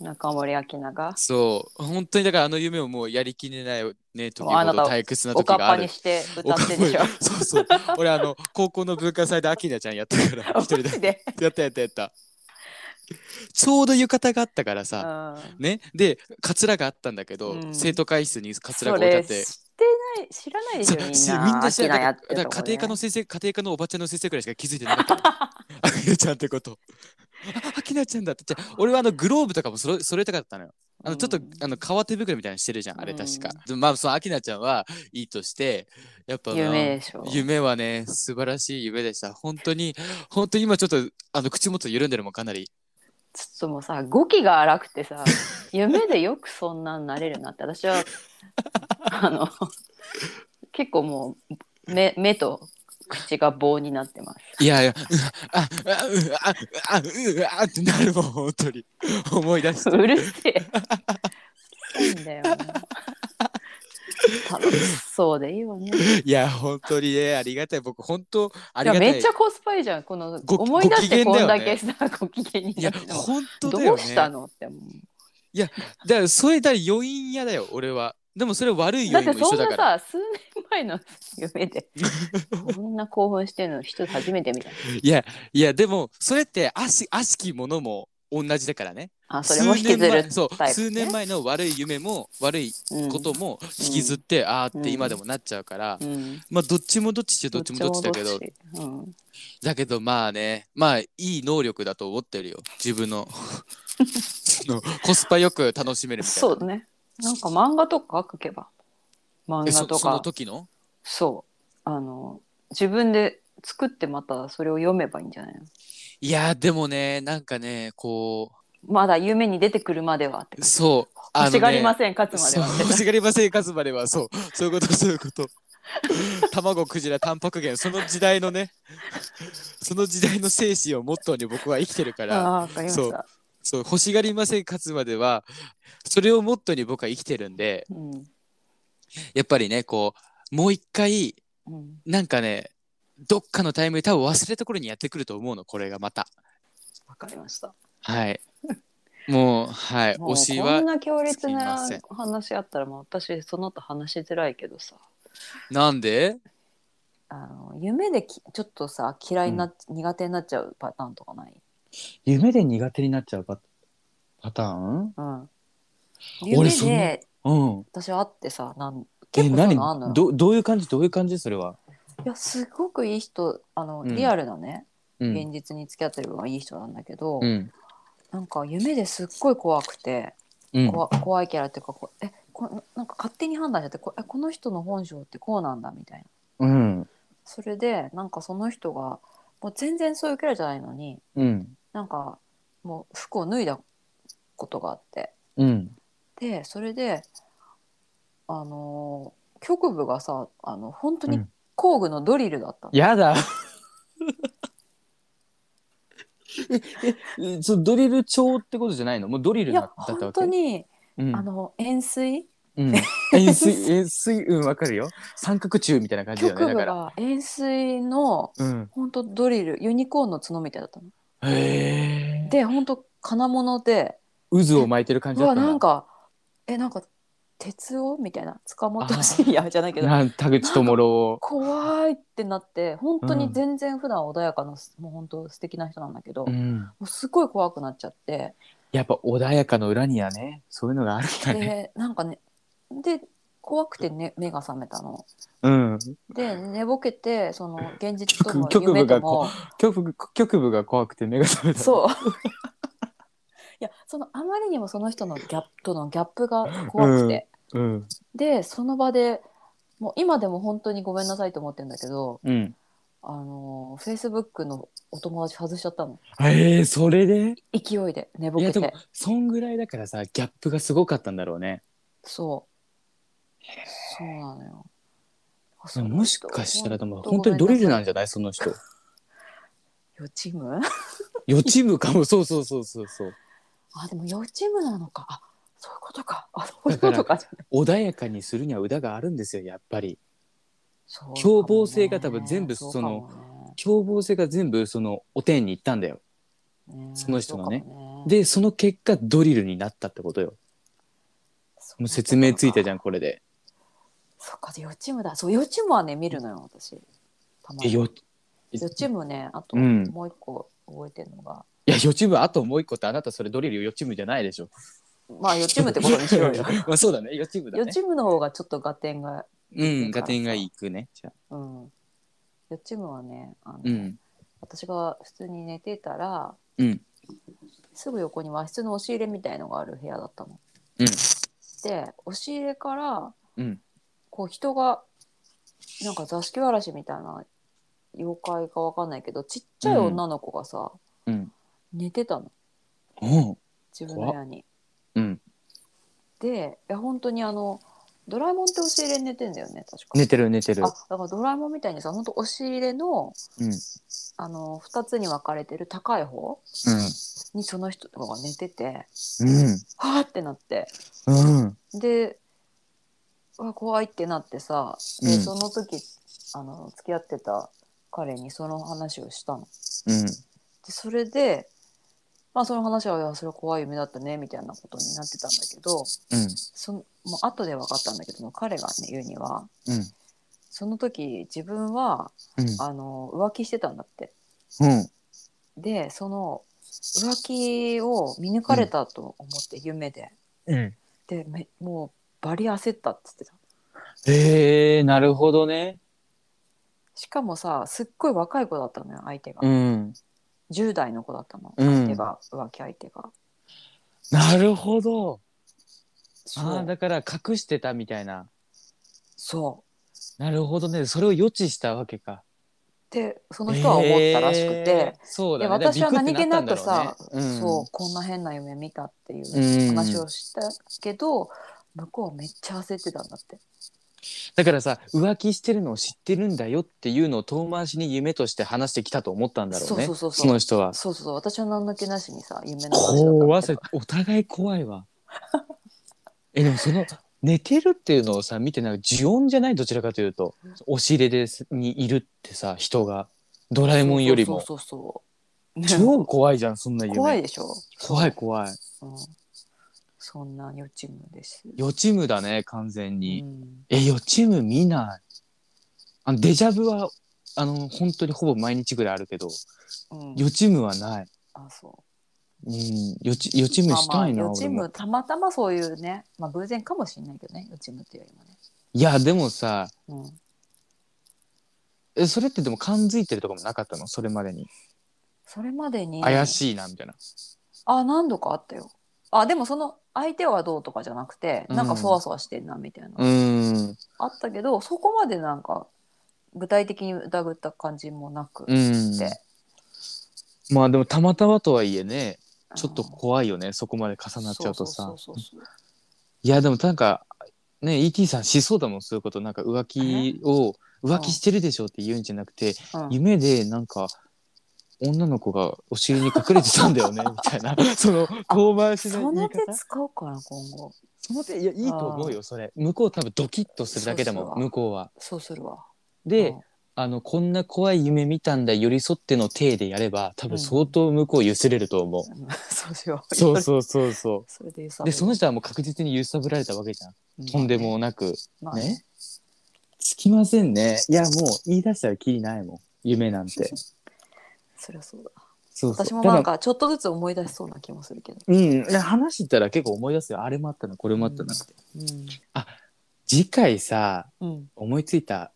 S2: 中森明菜が
S1: そう。本当にだからあの夢をもうやりきれないね、時ほ
S2: あな
S1: ど
S2: た
S1: 退屈な
S2: お
S1: 時
S2: かっ
S1: があ
S2: ぱに
S1: る。
S2: して歌ってでしょ。
S1: そうそう。俺あの、高校の文化祭でアキナちゃんやったから、一人で。
S2: で。
S1: やったやったやった。ちょうど浴衣があったから
S2: う
S1: さ、
S2: ん
S1: ね、でカツラがあったんだけど、
S2: うん
S1: 生徒会室にカツラ
S2: そ
S1: が置いてあ
S2: れ
S1: っ
S2: 知って
S1: て。
S2: ない知らないでし
S1: そ
S2: ょ
S1: う
S2: み
S1: 知
S2: ん
S1: ら
S2: な。
S1: みんな知らな
S2: 明菜や
S1: か
S2: っ
S1: った
S2: て
S1: だか
S2: ると
S1: ら
S2: こ
S1: 家庭科の
S2: ね。
S1: 先生家庭科のおばちゃんの先生くらいしか気づいてなかったあきなちゃんって ことああきなちゃんだってじゃあ俺はあのグローブとかもそろ揃えたかったのよあのちょっと、
S2: うん
S1: あの革手袋みたいなのしてるじゃんあれ確か、でもまあそのあきなちゃんはいいとしてやっぱな
S2: 夢でしょ。
S1: 夢はね素晴らしい夢でした本当に本当に今ちょっとあの口元緩んでるもんかなり
S2: ちょっともうさ語気が荒くてさ 夢でよくそんなんなれるなって 私はあの結構もう目目と口が棒になってます。
S1: いやいや、うわあ、うわうわあ、うわあ、うわあってなるもん、本当に。思い出 して。
S2: うるせえ。うるせえんだよな。楽しそうでいいわね。い
S1: いや、本当にね、ありがたい。僕、本当、あり
S2: や
S1: がたい。
S2: めっちゃコスパいいじゃん。この
S1: ご
S2: 思い出して
S1: ご
S2: こ
S1: 機嫌
S2: ん
S1: だ
S2: だ
S1: よね
S2: けさご機嫌に
S1: い
S2: な
S1: や、
S2: っても
S1: 本当だよ、ね。
S2: どうしたのって思う
S1: だから、それだ、余韻やだよ、俺は。でも、それ悪い
S2: だっ
S1: 余韻
S2: て
S1: も一緒
S2: そん
S1: だ
S2: な
S1: から。
S2: さ数年前の夢でこんな興奮してるの人初め て見た。
S1: いや、いや、でも、それって、悪し、悪しきものも同じだからね。
S2: あそれも引き
S1: 数
S2: ず
S1: 年
S2: る
S1: 前そう、
S2: タイプね
S1: 数年前の悪い夢も、悪いことも引きずって、ああって今でもなっちゃうから、
S2: うんうん
S1: まあ、どっちもどっちっちゃどっちもどっちだけど、
S2: っちもどっち
S1: だけどまあねまあいい能力だと思ってるよ自分 のそのコスパよく楽しめ
S2: う
S1: る
S2: ん
S1: みたい
S2: そ
S1: な
S2: うねなんか漫画とか書けば漫
S1: えそ
S2: 画と
S1: その
S2: か
S1: 時の
S2: そうあの自分で作ってまたそれを読めばいいんじゃないの
S1: いやでもねなんかねこ
S2: まだ夢に出てくるまではって
S1: うそう
S2: 欲しがりま
S1: せ
S2: せん勝つまでは
S1: そう欲しがりません勝つまではそうそういうことそういうこと卵クジラタンパク源その時代のねその時代の精神をモットーに僕は生きてるから
S2: ああーわかりました
S1: そう欲しがりません勝つまではそれをモットーに僕は生きてるんで
S2: うん
S1: やっぱりねこうもう一回
S2: うん
S1: なんかね、どっかのタイミングで多分忘れた頃にやってくると思うの、これがまた。
S2: わかりました
S1: はい。もう、はい。
S2: もう
S1: 推し
S2: こ
S1: は
S2: ん、な強烈
S1: すいま
S2: な
S1: せん
S2: 話あったらもう私その後話しづらいけどさ
S1: なんで
S2: あの夢できちょっとさ嫌いになっ、苦手になっちゃうパターンとかない
S1: 夢で苦手になっちゃうパパターン
S2: うん、
S1: 俺
S2: 夢
S1: そんな
S2: で
S1: うん。
S2: 私会ってさなん
S1: え、
S2: 結構そういうのあんの
S1: 何
S2: よ
S1: どどういう感じどういう感じそれは。
S2: いやすごくいい人あの、
S1: うん
S2: リアルなね
S1: うん。
S2: 現実に付き合ってるのはいい人なんだけど、
S1: うん。
S2: なんか夢ですっごい怖くて、
S1: うん、
S2: 怖怖いキャラっていうかこえこなんか勝手に判断しちゃってこえこの人の本性ってこうなんだみたいな
S1: うん。
S2: それでなんかその人がもう全然そういうキャラじゃないのに
S1: うん。
S2: なんかもう服を脱いだことがあって
S1: うん。
S2: でそれであのー局部がさあの本当
S1: う
S2: に
S1: ん
S2: 工具のドリルだったの、
S1: や だ。え、え、そうドリル調ってことじゃないのもうドリル
S2: い
S1: だ
S2: や
S1: ったわけ
S2: 本当に、
S1: うん
S2: あの円錐
S1: うん、円錐円錐うんわかるよ三角柱みたいな感じだよ
S2: 局
S1: ねだ
S2: 部
S1: から、
S2: が円錐の
S1: うん、
S2: 本当ドリルユニコーンの角みたいだったの。
S1: へえ
S2: で本当金物で
S1: 渦を巻いてる感じだ
S2: う
S1: っ
S2: わ
S1: た
S2: なん
S1: の
S2: かえなんか鉄をみたいな塚本慎也じゃないけど
S1: なん田口智郎を
S2: 怖いってなって本当に全然普段穏やかな、もう本当素敵な人なんだけど、
S1: う
S2: も
S1: ん、
S2: うすごい怖くなっちゃって
S1: やっぱ穏やかの裏にはねそういうのがあるんだね、
S2: でなんかねで怖くて、ね、目が覚めたの。
S1: うん
S2: で寝ぼけてその現実とも
S1: 局部
S2: 夢
S1: が
S2: と
S1: こ
S2: も
S1: 局部局部が怖くて目が覚めた
S2: そう。 いやそのあまりにもその人のギャップとのギャップが怖くて、
S1: ううん
S2: でその場でもう今でも本当にごめんなさいと思ってるんだけど
S1: うん
S2: あのフェイスブックのお友達外しちゃったの
S1: えー、それで
S2: 勢いで寝ぼ
S1: い
S2: け
S1: やでも
S2: て
S1: そんぐらいだからさギャップがすごかったんだろうね
S2: そうそうなのよ
S1: もしかしたらでも
S2: ほんと
S1: 本当にドリルな
S2: ごめ
S1: んじゃないその人
S2: さい予知夢
S1: 予知夢かもそうそうそうそうそう
S2: あでも予知夢なのかあそういうことかあそういうことか
S1: 穏やかにするには腕があるんですよやっぱり
S2: そうかもね
S1: 凶暴性が多分全部その
S2: うかも
S1: 凶暴性が全部そのお天に行ったんだよ
S2: ねね
S1: その人のね
S2: そうかも
S1: でその結果ドリルになったってことよ
S2: そう
S1: もう説明ついたじ
S2: ゃ
S1: ゃ
S2: ん
S1: んこれで
S2: そっかで予知夢だそう予知夢はね見るのよ私たま
S1: え
S2: に
S1: よ
S2: 予知夢ねあと
S1: うん
S2: もう一個覚えてるのが、
S1: いや予知夢あともう一個ってあなたそれドリル予知夢じゃないでしょ
S2: まあ予知夢ってことにしようよ
S1: まあそうだね予知夢だ
S2: 予
S1: ね
S2: 知夢の方がちょっと合点が
S1: うん合点がいくねじゃあ
S2: うん予知夢はねあの、
S1: うん
S2: 私が普通に寝てたら
S1: うん
S2: すぐ横に和室の押し入れみたいのがある部屋だったの。
S1: うん
S2: で押し入れから
S1: うん
S2: こう人がなんか座敷わらしみたいな妖怪かわかんないけどちっちゃい女の子がさ、
S1: うん
S2: 寝てたの
S1: おう
S2: 自分の部屋に。
S1: うん
S2: でいや本当にあのドラえもんって押し入れに寝てんだよね確か。
S1: 寝てる寝てる
S2: あだからドラえもんみたいにさ本当押し入れの
S1: うん
S2: あの2つに分かれてる高い方
S1: う
S2: にその人が寝てて
S1: ん
S2: はあってなって
S1: うんうん
S2: でうわ怖いってなってさで、
S1: うん
S2: その時あの付き合ってた彼にその話をしたの。
S1: うん
S2: でそれでまあその話は「いやそれは怖い夢だったね」みたいなことになってたんだけど
S1: うん
S2: そのもう後で分かったんだけども彼がね言うには
S1: うん
S2: その時自分は
S1: うん
S2: あの浮気してたんだって。
S1: うん
S2: でその浮気を見抜かれたと思って夢で、
S1: うん
S2: でめもうバリ焦ったっつってた
S1: へえなるほどね
S2: しかもさすっごい若い子だったのよ相手が、
S1: うん
S2: 10代の子だったの
S1: うん
S2: 相手が、浮気相手が
S1: なるほど
S2: そ
S1: ああ
S2: う
S1: だから隠してたみたいな
S2: そう
S1: なるほどねそれを予知したわけか
S2: でその人は思ったらしくて
S1: え、ーそうだ
S2: で
S1: ね
S2: 私は
S1: だから
S2: 何
S1: びっくりっ
S2: 気
S1: て
S2: な
S1: った
S2: く
S1: んだろ
S2: さ、
S1: うね
S2: そうこんな変な夢見たってい
S1: うん
S2: う話をしたけど、向こうはめっちゃ焦ってたんだって
S1: だからさ浮気してるのを知ってるんだよっていうのを遠回しに夢として話してきたと思ったんだろうね
S2: そうそうそうそう
S1: の人は
S2: そうそうそう私は何の気なしにさ夢の話だったんだけど
S1: 怖さお互い怖いわ えでもその寝てるっていうのをさ見てなんか呪音じゃないどちらかというと押し入れですにいるってさ人がドラえもんよりも
S2: そうそうそうそうね
S1: 超怖いじゃんそんな夢
S2: 怖いでしょ
S1: 怖い怖い
S2: うん、そんな予知夢です。
S1: 予知夢だね完全に、
S2: うん
S1: え予知夢見ないあのデジャブはあの本当にほぼ毎日ぐらいあるけど
S2: うん、
S1: 予知夢はない、
S2: あそ
S1: うん、予知予知
S2: う。
S1: 夢
S2: まあ
S1: し
S2: ま
S1: た
S2: あ
S1: いな、
S2: 予知
S1: 俺も
S2: 夢たまたまそういうね、まあ偶然かもしれないけどね、予知夢っていうよりもね。
S1: いやでもさ
S2: うん、
S1: えそれってでも感づいてるとかもなかったのそれまでに
S2: それまでに
S1: 怪しいなみたいな。
S2: あ何度かあったよ。あでもその相手はどうとかじゃなくて、なんかそわそわしてんなみたいな、
S1: うん。
S2: あったけど、そこまでなんか具体的に疑った感じもなくって。
S1: うんまあでもたまたまとはいえね、ちょっと怖いよね、そこまで重なっちゃうとさ
S2: そう。そうそうそう
S1: いやでもなんか、ね、ET さんしそうだもん、そういうこと。なんか浮気を、浮気してるでしょって言うんじゃなくて、
S2: そう、うん
S1: 夢でなんか、女の子がお尻に隠れてたんだ よね、みたいな。その、遠回し
S2: そ
S1: の言
S2: の
S1: い
S2: 手
S1: 方。
S2: 使おうかな今後
S1: その手、いや、いいと思うよ、それ。向こう多分ドキッとするだけだ
S2: そう
S1: も
S2: そ
S1: ん、
S2: う
S1: 向こうは。
S2: そうするわ
S1: で、
S2: うん
S1: あの、こんな怖い夢見たんだ、寄り添っての体でやれば、多分相当向こう揺すれると 思う。
S2: うんそうしよう。
S1: そうそうそうそ
S2: それで
S1: う。
S2: さ。
S1: で、その人はもう確実に揺さぶられたわけじゃん。とんでもなく。
S2: まあね。
S1: ね。つきませんね。いや、もう言い出したらきりないもん。夢 なんて。
S2: そりゃそうだ。
S1: そうそう。
S2: 私もなん
S1: ただ、
S2: かちょっとずつ思い出しそうな気もするけど。
S1: うん。話してたら結構思い出すよ。あれもあったな、これもあったなって。次回さ、
S2: うん。うん。
S1: 思いついた、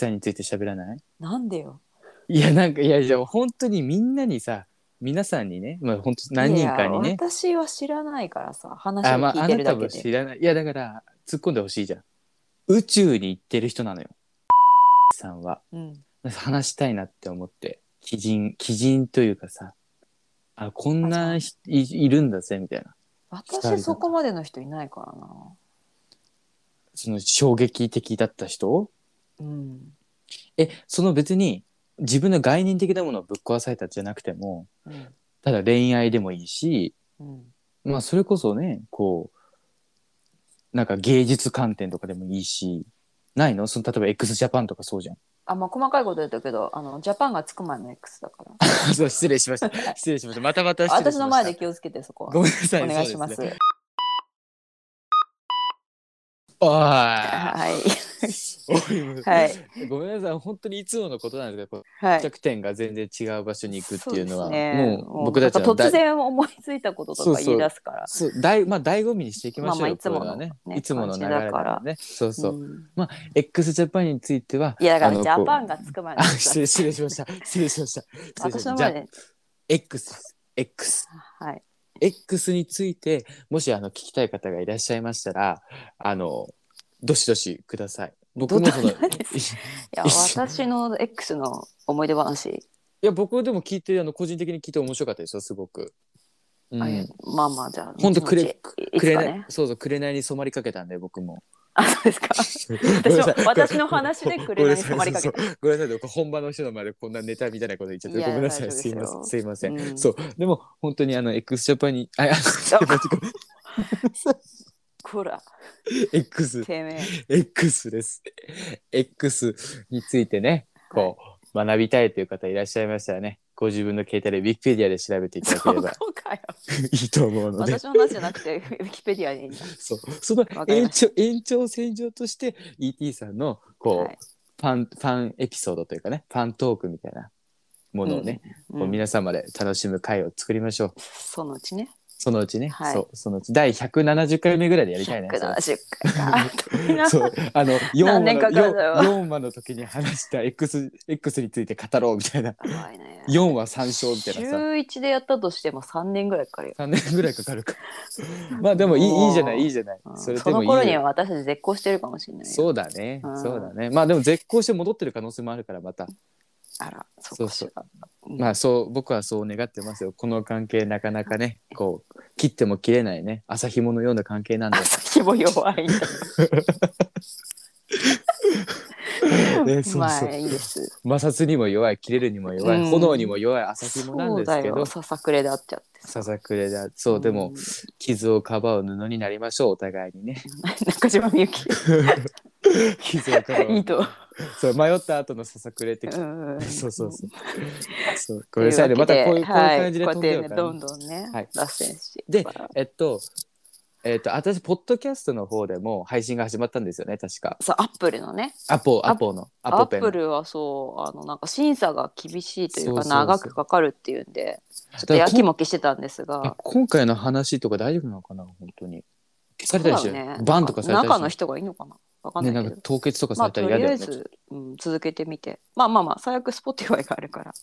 S1: さんについて喋らない
S2: なんでよ。
S1: いや、なんか、いや、じゃあ本当にみんなにさ、皆さんにね、まあ本当何人かに
S2: いや
S1: ね、
S2: 私は知らないからさ、話を
S1: あ、まあ、
S2: 聞い
S1: あ
S2: てる
S1: なた
S2: だ
S1: も
S2: け
S1: 知
S2: で。
S1: らない。いや、だから、突っ込んでほしいじゃん。宇宙に行ってる人なのよ。さんは。
S2: うん。
S1: 話したいなって思って鬼人鬼人というかさあこんなひいいるんだぜみたいな
S2: 私そこまでの人いないからな。
S1: その衝撃的だった人
S2: うん。
S1: えその別に自分の概念的なものをぶっ壊されたじゃなくても
S2: うん。
S1: ただ恋愛でもいいし
S2: うん。
S1: まあそれこそねこうなんか芸術観点とかでもいいしないのその例えば x ジャパンとかそうじゃん
S2: あ、まあ、細かいこと言ったけど、あの、ジャパンがつく前の X だか ら。
S1: そう失礼しました失礼しましたまたまた失礼しました
S2: 私の前で気をつけて、そこは。
S1: ごめんなさい
S2: お願いします。
S1: そうでねお
S2: はい。
S1: い おい、
S2: はい
S1: ごめんなさい本当にいつものことなんですけどこう
S2: はい。
S1: 着点が全然違う場所に行くっていうのは
S2: そですね
S1: もう僕たち
S2: も
S1: の
S2: うなんか
S1: 大
S2: 突然思いついたこととか言い出すから。
S1: そう大まあ醍醐味にしていきましょうよ
S2: まあまあいつもの
S1: これはね
S2: ね
S1: いつもの流れ
S2: 感じだから
S1: でねそうそう、
S2: うん
S1: x ジャパンについてはい
S2: や、だからジャパ
S1: ン
S2: ンがつく前の
S1: あ
S2: X
S1: 失礼失礼しました失礼しました失礼しまし
S2: 私
S1: た
S2: の
S1: じゃあ
S2: 前で。
S1: X です X
S2: はい。
S1: X についてもしあの聞きたい方がいらっしゃいましたらあのどしどしください僕もそのい
S2: どどですいや、私の X の思い出話。
S1: や僕でも聞いてあの個人的に聞いて面白かったですよすごく、うん
S2: あいやまあまあ、じゃあ。
S1: ほんとくれ
S2: 後々い
S1: く
S2: つ
S1: れ
S2: か
S1: な
S2: ね。
S1: そうそう紅に染まりかけたんで僕も
S2: あ、そうですか。
S1: ごめんなさ
S2: 私
S1: い
S2: も私の話で紅に染まりかけた。
S1: ごめんなさい本場の人の前でこんなネタみたいなこと言っちゃって
S2: いや
S1: ごめんなさ
S2: 大
S1: い
S2: 丈夫
S1: すいません
S2: で
S1: いま
S2: す
S1: せん、
S2: うん
S1: そうでも本当にあの X ジャパンにああちょっと待ってごめん
S2: こら、
S1: X
S2: て めえ。
S1: X です。X についてね、こう、学びたいという方いらっしゃいましたらね、ご自分の携帯で Wikipedia で調べていただけ
S2: そ
S1: れ
S2: こ
S1: ば
S2: かよ。
S1: いいと思うので、
S2: 私の話じゃなくて、ウィキペデ ィアでいいんだ。
S1: そうその
S2: わかり
S1: 延
S2: ま
S1: 長延長線上として ET さんの、こう、
S2: はい
S1: ファン、ファンエピソードというかね、ファントークみたいなものをね、
S2: うん
S1: こう皆様で楽しむ会を作りましょう。
S2: そのうちね。
S1: そのうちね、
S2: はい
S1: そう、そのうち第170回目ぐらいでやりたいね。それ
S2: 170回か。 遠いな
S1: そうあ の4話
S2: 何年かかるだろう
S1: の四話の時に話した X, X について語ろうみた いな
S2: 怖いね。
S1: 4話参照みたいなさ
S2: 週一でやったとしても三年ぐらいかかるよ。
S1: 3年ぐらいかかるかまあでもいいいいじゃないいいじゃない
S2: うん
S1: それで
S2: そ
S1: も
S2: の
S1: いい
S2: 頃には
S1: よ
S2: 私たち絶好してるかもしれないよ。
S1: そうだね
S2: うん
S1: そうだねまあでも絶好して戻ってる可能性もあるからまた
S2: あら、そうかしら。うん
S1: まあそう僕はそう願ってますよこの関係なかなかねこう切っても切れないね朝ひものような関係なんで
S2: 朝日も弱いんだ。
S1: ねそう
S2: ま
S1: そ
S2: あ
S1: う
S2: いいです。
S1: 摩擦にも弱い切れるにも弱い
S2: うん
S1: 炎にも弱い朝ひもなん
S2: そう
S1: です
S2: だ
S1: け
S2: よ。
S1: ど
S2: ささくれであっちゃって。
S1: ささくれだそうでも
S2: ん
S1: 傷をかばう布になりましょうお互いにね
S2: 中島みゆき。
S1: 傷をかば
S2: いういと。
S1: そう迷った後のささくれって、
S2: うん
S1: そうそうそうそう
S2: と
S1: ごめんなさいね
S2: う
S1: ま
S2: わけ
S1: たこ
S2: で
S1: ういう,、
S2: は
S1: こういう感じで
S2: こ
S1: 飛ん
S2: う
S1: で
S2: や
S1: よ
S2: っ
S1: うか
S2: てね
S1: な
S2: どんどんね、
S1: はい
S2: 脱線して。
S1: でえっとえっと私ポッドキャストの方でも配信が始まったんですよね確か
S2: そうアップルのね
S1: アポアポのア
S2: ア
S1: ポペ
S2: ッ
S1: ン
S2: プルはそうあのなんか審査が厳しいという
S1: そう
S2: か
S1: そうそう
S2: 長くかかるっていうんでちょっと
S1: だ
S2: や
S1: からこん
S2: きもきしてたんです
S1: あ
S2: が
S1: 今回の話とか大丈夫なのかな本当に消さ
S2: そう
S1: れた
S2: だ
S1: りして
S2: よ
S1: る、
S2: ね
S1: バンとかされたり
S2: 中の
S1: して
S2: 人がいいのかなわかん
S1: ね
S2: な
S1: ないんか
S2: けど、
S1: 凍結とかさ
S2: ま
S1: れ
S2: あ
S1: た
S2: と
S1: ら
S2: り
S1: 嫌だ
S2: あ
S1: よ
S2: え
S1: ね、
S2: ず、うん、続けてみてまあまあまあ最悪 Spotify があるから
S1: だっ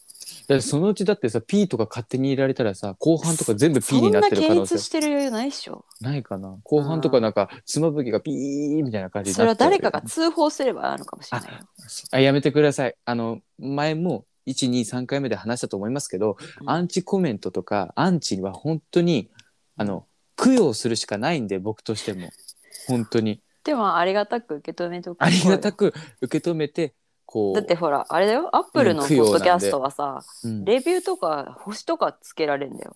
S1: てそのうちだってさ P とか勝手に入れられたらさ後半とか全部 P
S2: そ
S1: に
S2: ん
S1: なっ
S2: な
S1: てる可
S2: 検
S1: 能性
S2: 閲してる余裕ないっしょ
S1: ないかな後半とかなんかつまぶきがピーみたいな感じに
S2: それ
S1: な
S2: は
S1: ってる
S2: 誰かが通報すればあるかもしれないよ
S1: あやめてくださいあの前も123回目で話したと思いますけど、
S2: うん
S1: アンチコメントとかアンチは本当にあの供養するしかないんで僕としても本当に
S2: でもありがたく受け止めておく
S1: ありがたく受け止めてこう
S2: だってほらあれだよアップルの
S1: うん
S2: ポ
S1: 供養なん
S2: ッド
S1: で
S2: キャストはさ、
S1: うん
S2: レビューとか星とかつけられるんだよ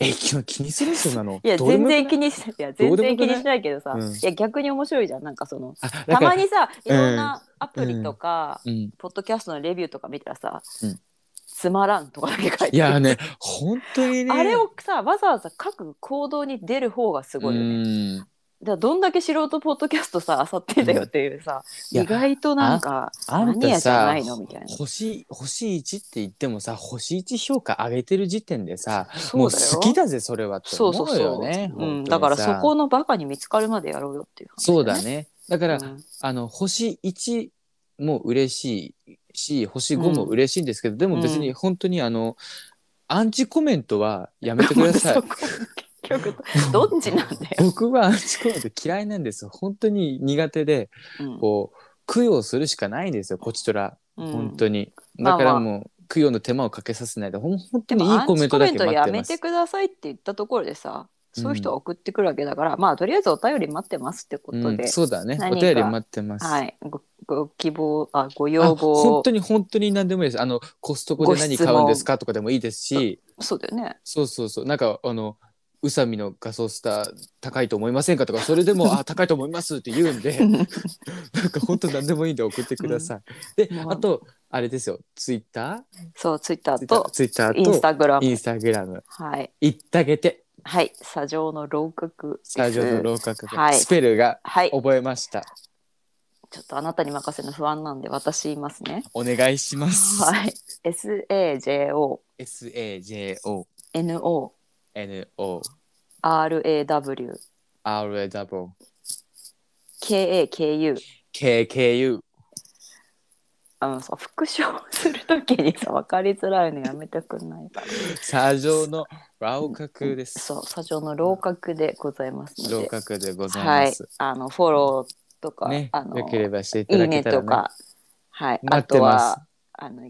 S1: え気に気にする人なの
S2: いや
S1: どうで
S2: 全
S1: もよ
S2: 然
S1: く
S2: 気にしないいや
S1: ど
S2: 全
S1: うでも
S2: 然
S1: よくな
S2: 気
S1: い
S2: にしないけどさ、
S1: うん
S2: いや逆に面白いじゃんなんかその
S1: あだ
S2: た
S1: から
S2: まにさいろんなアプリとか、
S1: うん
S2: ポッドキャストのレビューとか見たらさ、
S1: うん
S2: つまらんとかだけ書い
S1: い
S2: てあ
S1: や
S2: る
S1: ね本当にね
S2: あれをさわざわざ書く行動に出る方がすごいよね、
S1: うん
S2: だからどんだけ素人ポッドキャストさあさってんだよっていうさ、
S1: うんいや
S2: 意外となんか
S1: あん
S2: 何や
S1: た
S2: じゃ
S1: さ
S2: ないのみたいな
S1: 星星1って言ってもさ星1評価上げてる時点でさ
S2: そ
S1: も
S2: う
S1: う
S2: だよ
S1: 好きだぜそれはって
S2: そ
S1: 思
S2: うそ
S1: う
S2: うそ
S1: よ
S2: う、
S1: ね。本
S2: う
S1: 当
S2: ん、
S1: に
S2: だからそ
S1: さ
S2: このバカに見つかるまでやろうよっていう話、
S1: そうだね。だから、
S2: うん
S1: あの星1も嬉しいし星5も嬉しいんですけど、でも別に本当にあの、アンチコメントはやめてください
S2: そ。こ結局どっちなんだよ、
S1: 僕はアンチコメント嫌いなんですよ。本当に苦手で
S2: うん
S1: こう供養するしかないんですよこちとら
S2: うん
S1: 本当に。
S2: ま
S1: だ
S2: あ
S1: からもう、供養の手間をかけさせないで、ほん本当にいいコメントだけ待
S2: アンチコメン
S1: っ
S2: トや
S1: て
S2: め
S1: ま
S2: て
S1: す。
S2: くださいって言ったところでさ、
S1: うん
S2: そういう人は送ってくるわけだからまあとりあえずお便り待ってますってこと
S1: う
S2: で、
S1: ん、そうだね。
S2: 何
S1: お
S2: か
S1: 便り待ってます。
S2: はいごご希望あ
S1: あ
S2: ご要望
S1: 本当に本当に何でもいいです。あのコストコで何買うんですかとかでもいいですし、
S2: そうだよね
S1: そうそうそう。なんかあの宇佐美のガソスタ高いと思いませんかとか、それでもあ高いと思いますって言うん で、なんか本当何でもいいんで送ってください。で、
S2: もう
S1: あとあれですよ。ツイッタ
S2: そうツイッター
S1: ー、
S2: と
S1: ツイッタ
S2: インス
S1: ーと
S2: タグラム
S1: インスタグラム、
S2: はい
S1: 言ってあげて。
S2: はい砂上の楼閣です
S1: スタジオの廊下角、
S2: はい
S1: スペルが
S2: はい
S1: 覚えました。
S2: ちょっとあなたに任せるの不安なんで私言います ね
S1: お願いします。
S2: はい SAJONORAW
S1: S A J O N O R A W
S2: KAKU
S1: K K U
S2: あのさ復唱するときにさ分かりづらいのやめてくんないかな
S1: 砂上の老角です。
S2: そう砂上の楼閣でございますので
S1: 老角でござい
S2: は
S1: ま
S2: い
S1: す。
S2: あのフォローとか、
S1: ね
S2: あ、の
S1: よければしていた
S2: いい
S1: だけ
S2: ね
S1: たら、ね、
S2: とかはいあ
S1: 待って
S2: と
S1: ます
S2: はあの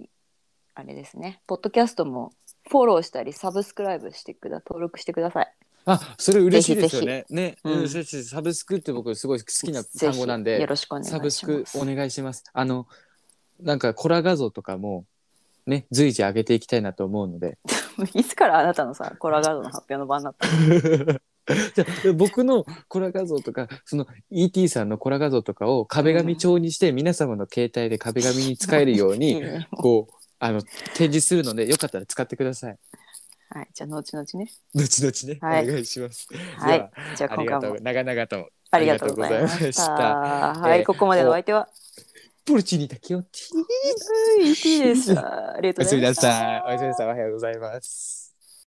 S2: あれですねポッドキャストもフォローしたりサブスクライブしてくだ登録してください
S1: あ、それ嬉しいですよね。ね、
S2: うん
S1: うん、そうですサブスクって僕すごい好きな単語なん
S2: ぜひ
S1: で
S2: よ、ろしくお願いします
S1: サブスクお願いします。あの、なんかコラ画像とかも、ね、随時上げていきたいなと思うので。
S2: いつからあなたのさコラガードの発表の番になったの
S1: じゃあ僕のコラ画像とかその ET さんのコラ画像とかを壁紙帳にして皆様の携帯で壁紙に使えるよう
S2: いい
S1: に
S2: ね
S1: こうあの展示するのでよかったら使ってください。
S2: はいじゃあ後々ね
S1: 後々ね、
S2: はい
S1: お願いします。
S2: は
S1: じゃ
S2: いじゃ
S1: あ
S2: あ
S1: あり
S2: 今
S1: が
S2: 回
S1: と
S2: も
S1: う長々と
S2: ありがとうございま
S1: ありがとうございま
S2: し。
S1: したは
S2: はいい、ここまでのお相手は、
S1: ポルチにだ けよ。
S2: うーい、いいでした。あり が
S1: お
S2: とう
S1: やすみな
S2: ございました
S1: さい。おやすみなさい。おはようございます。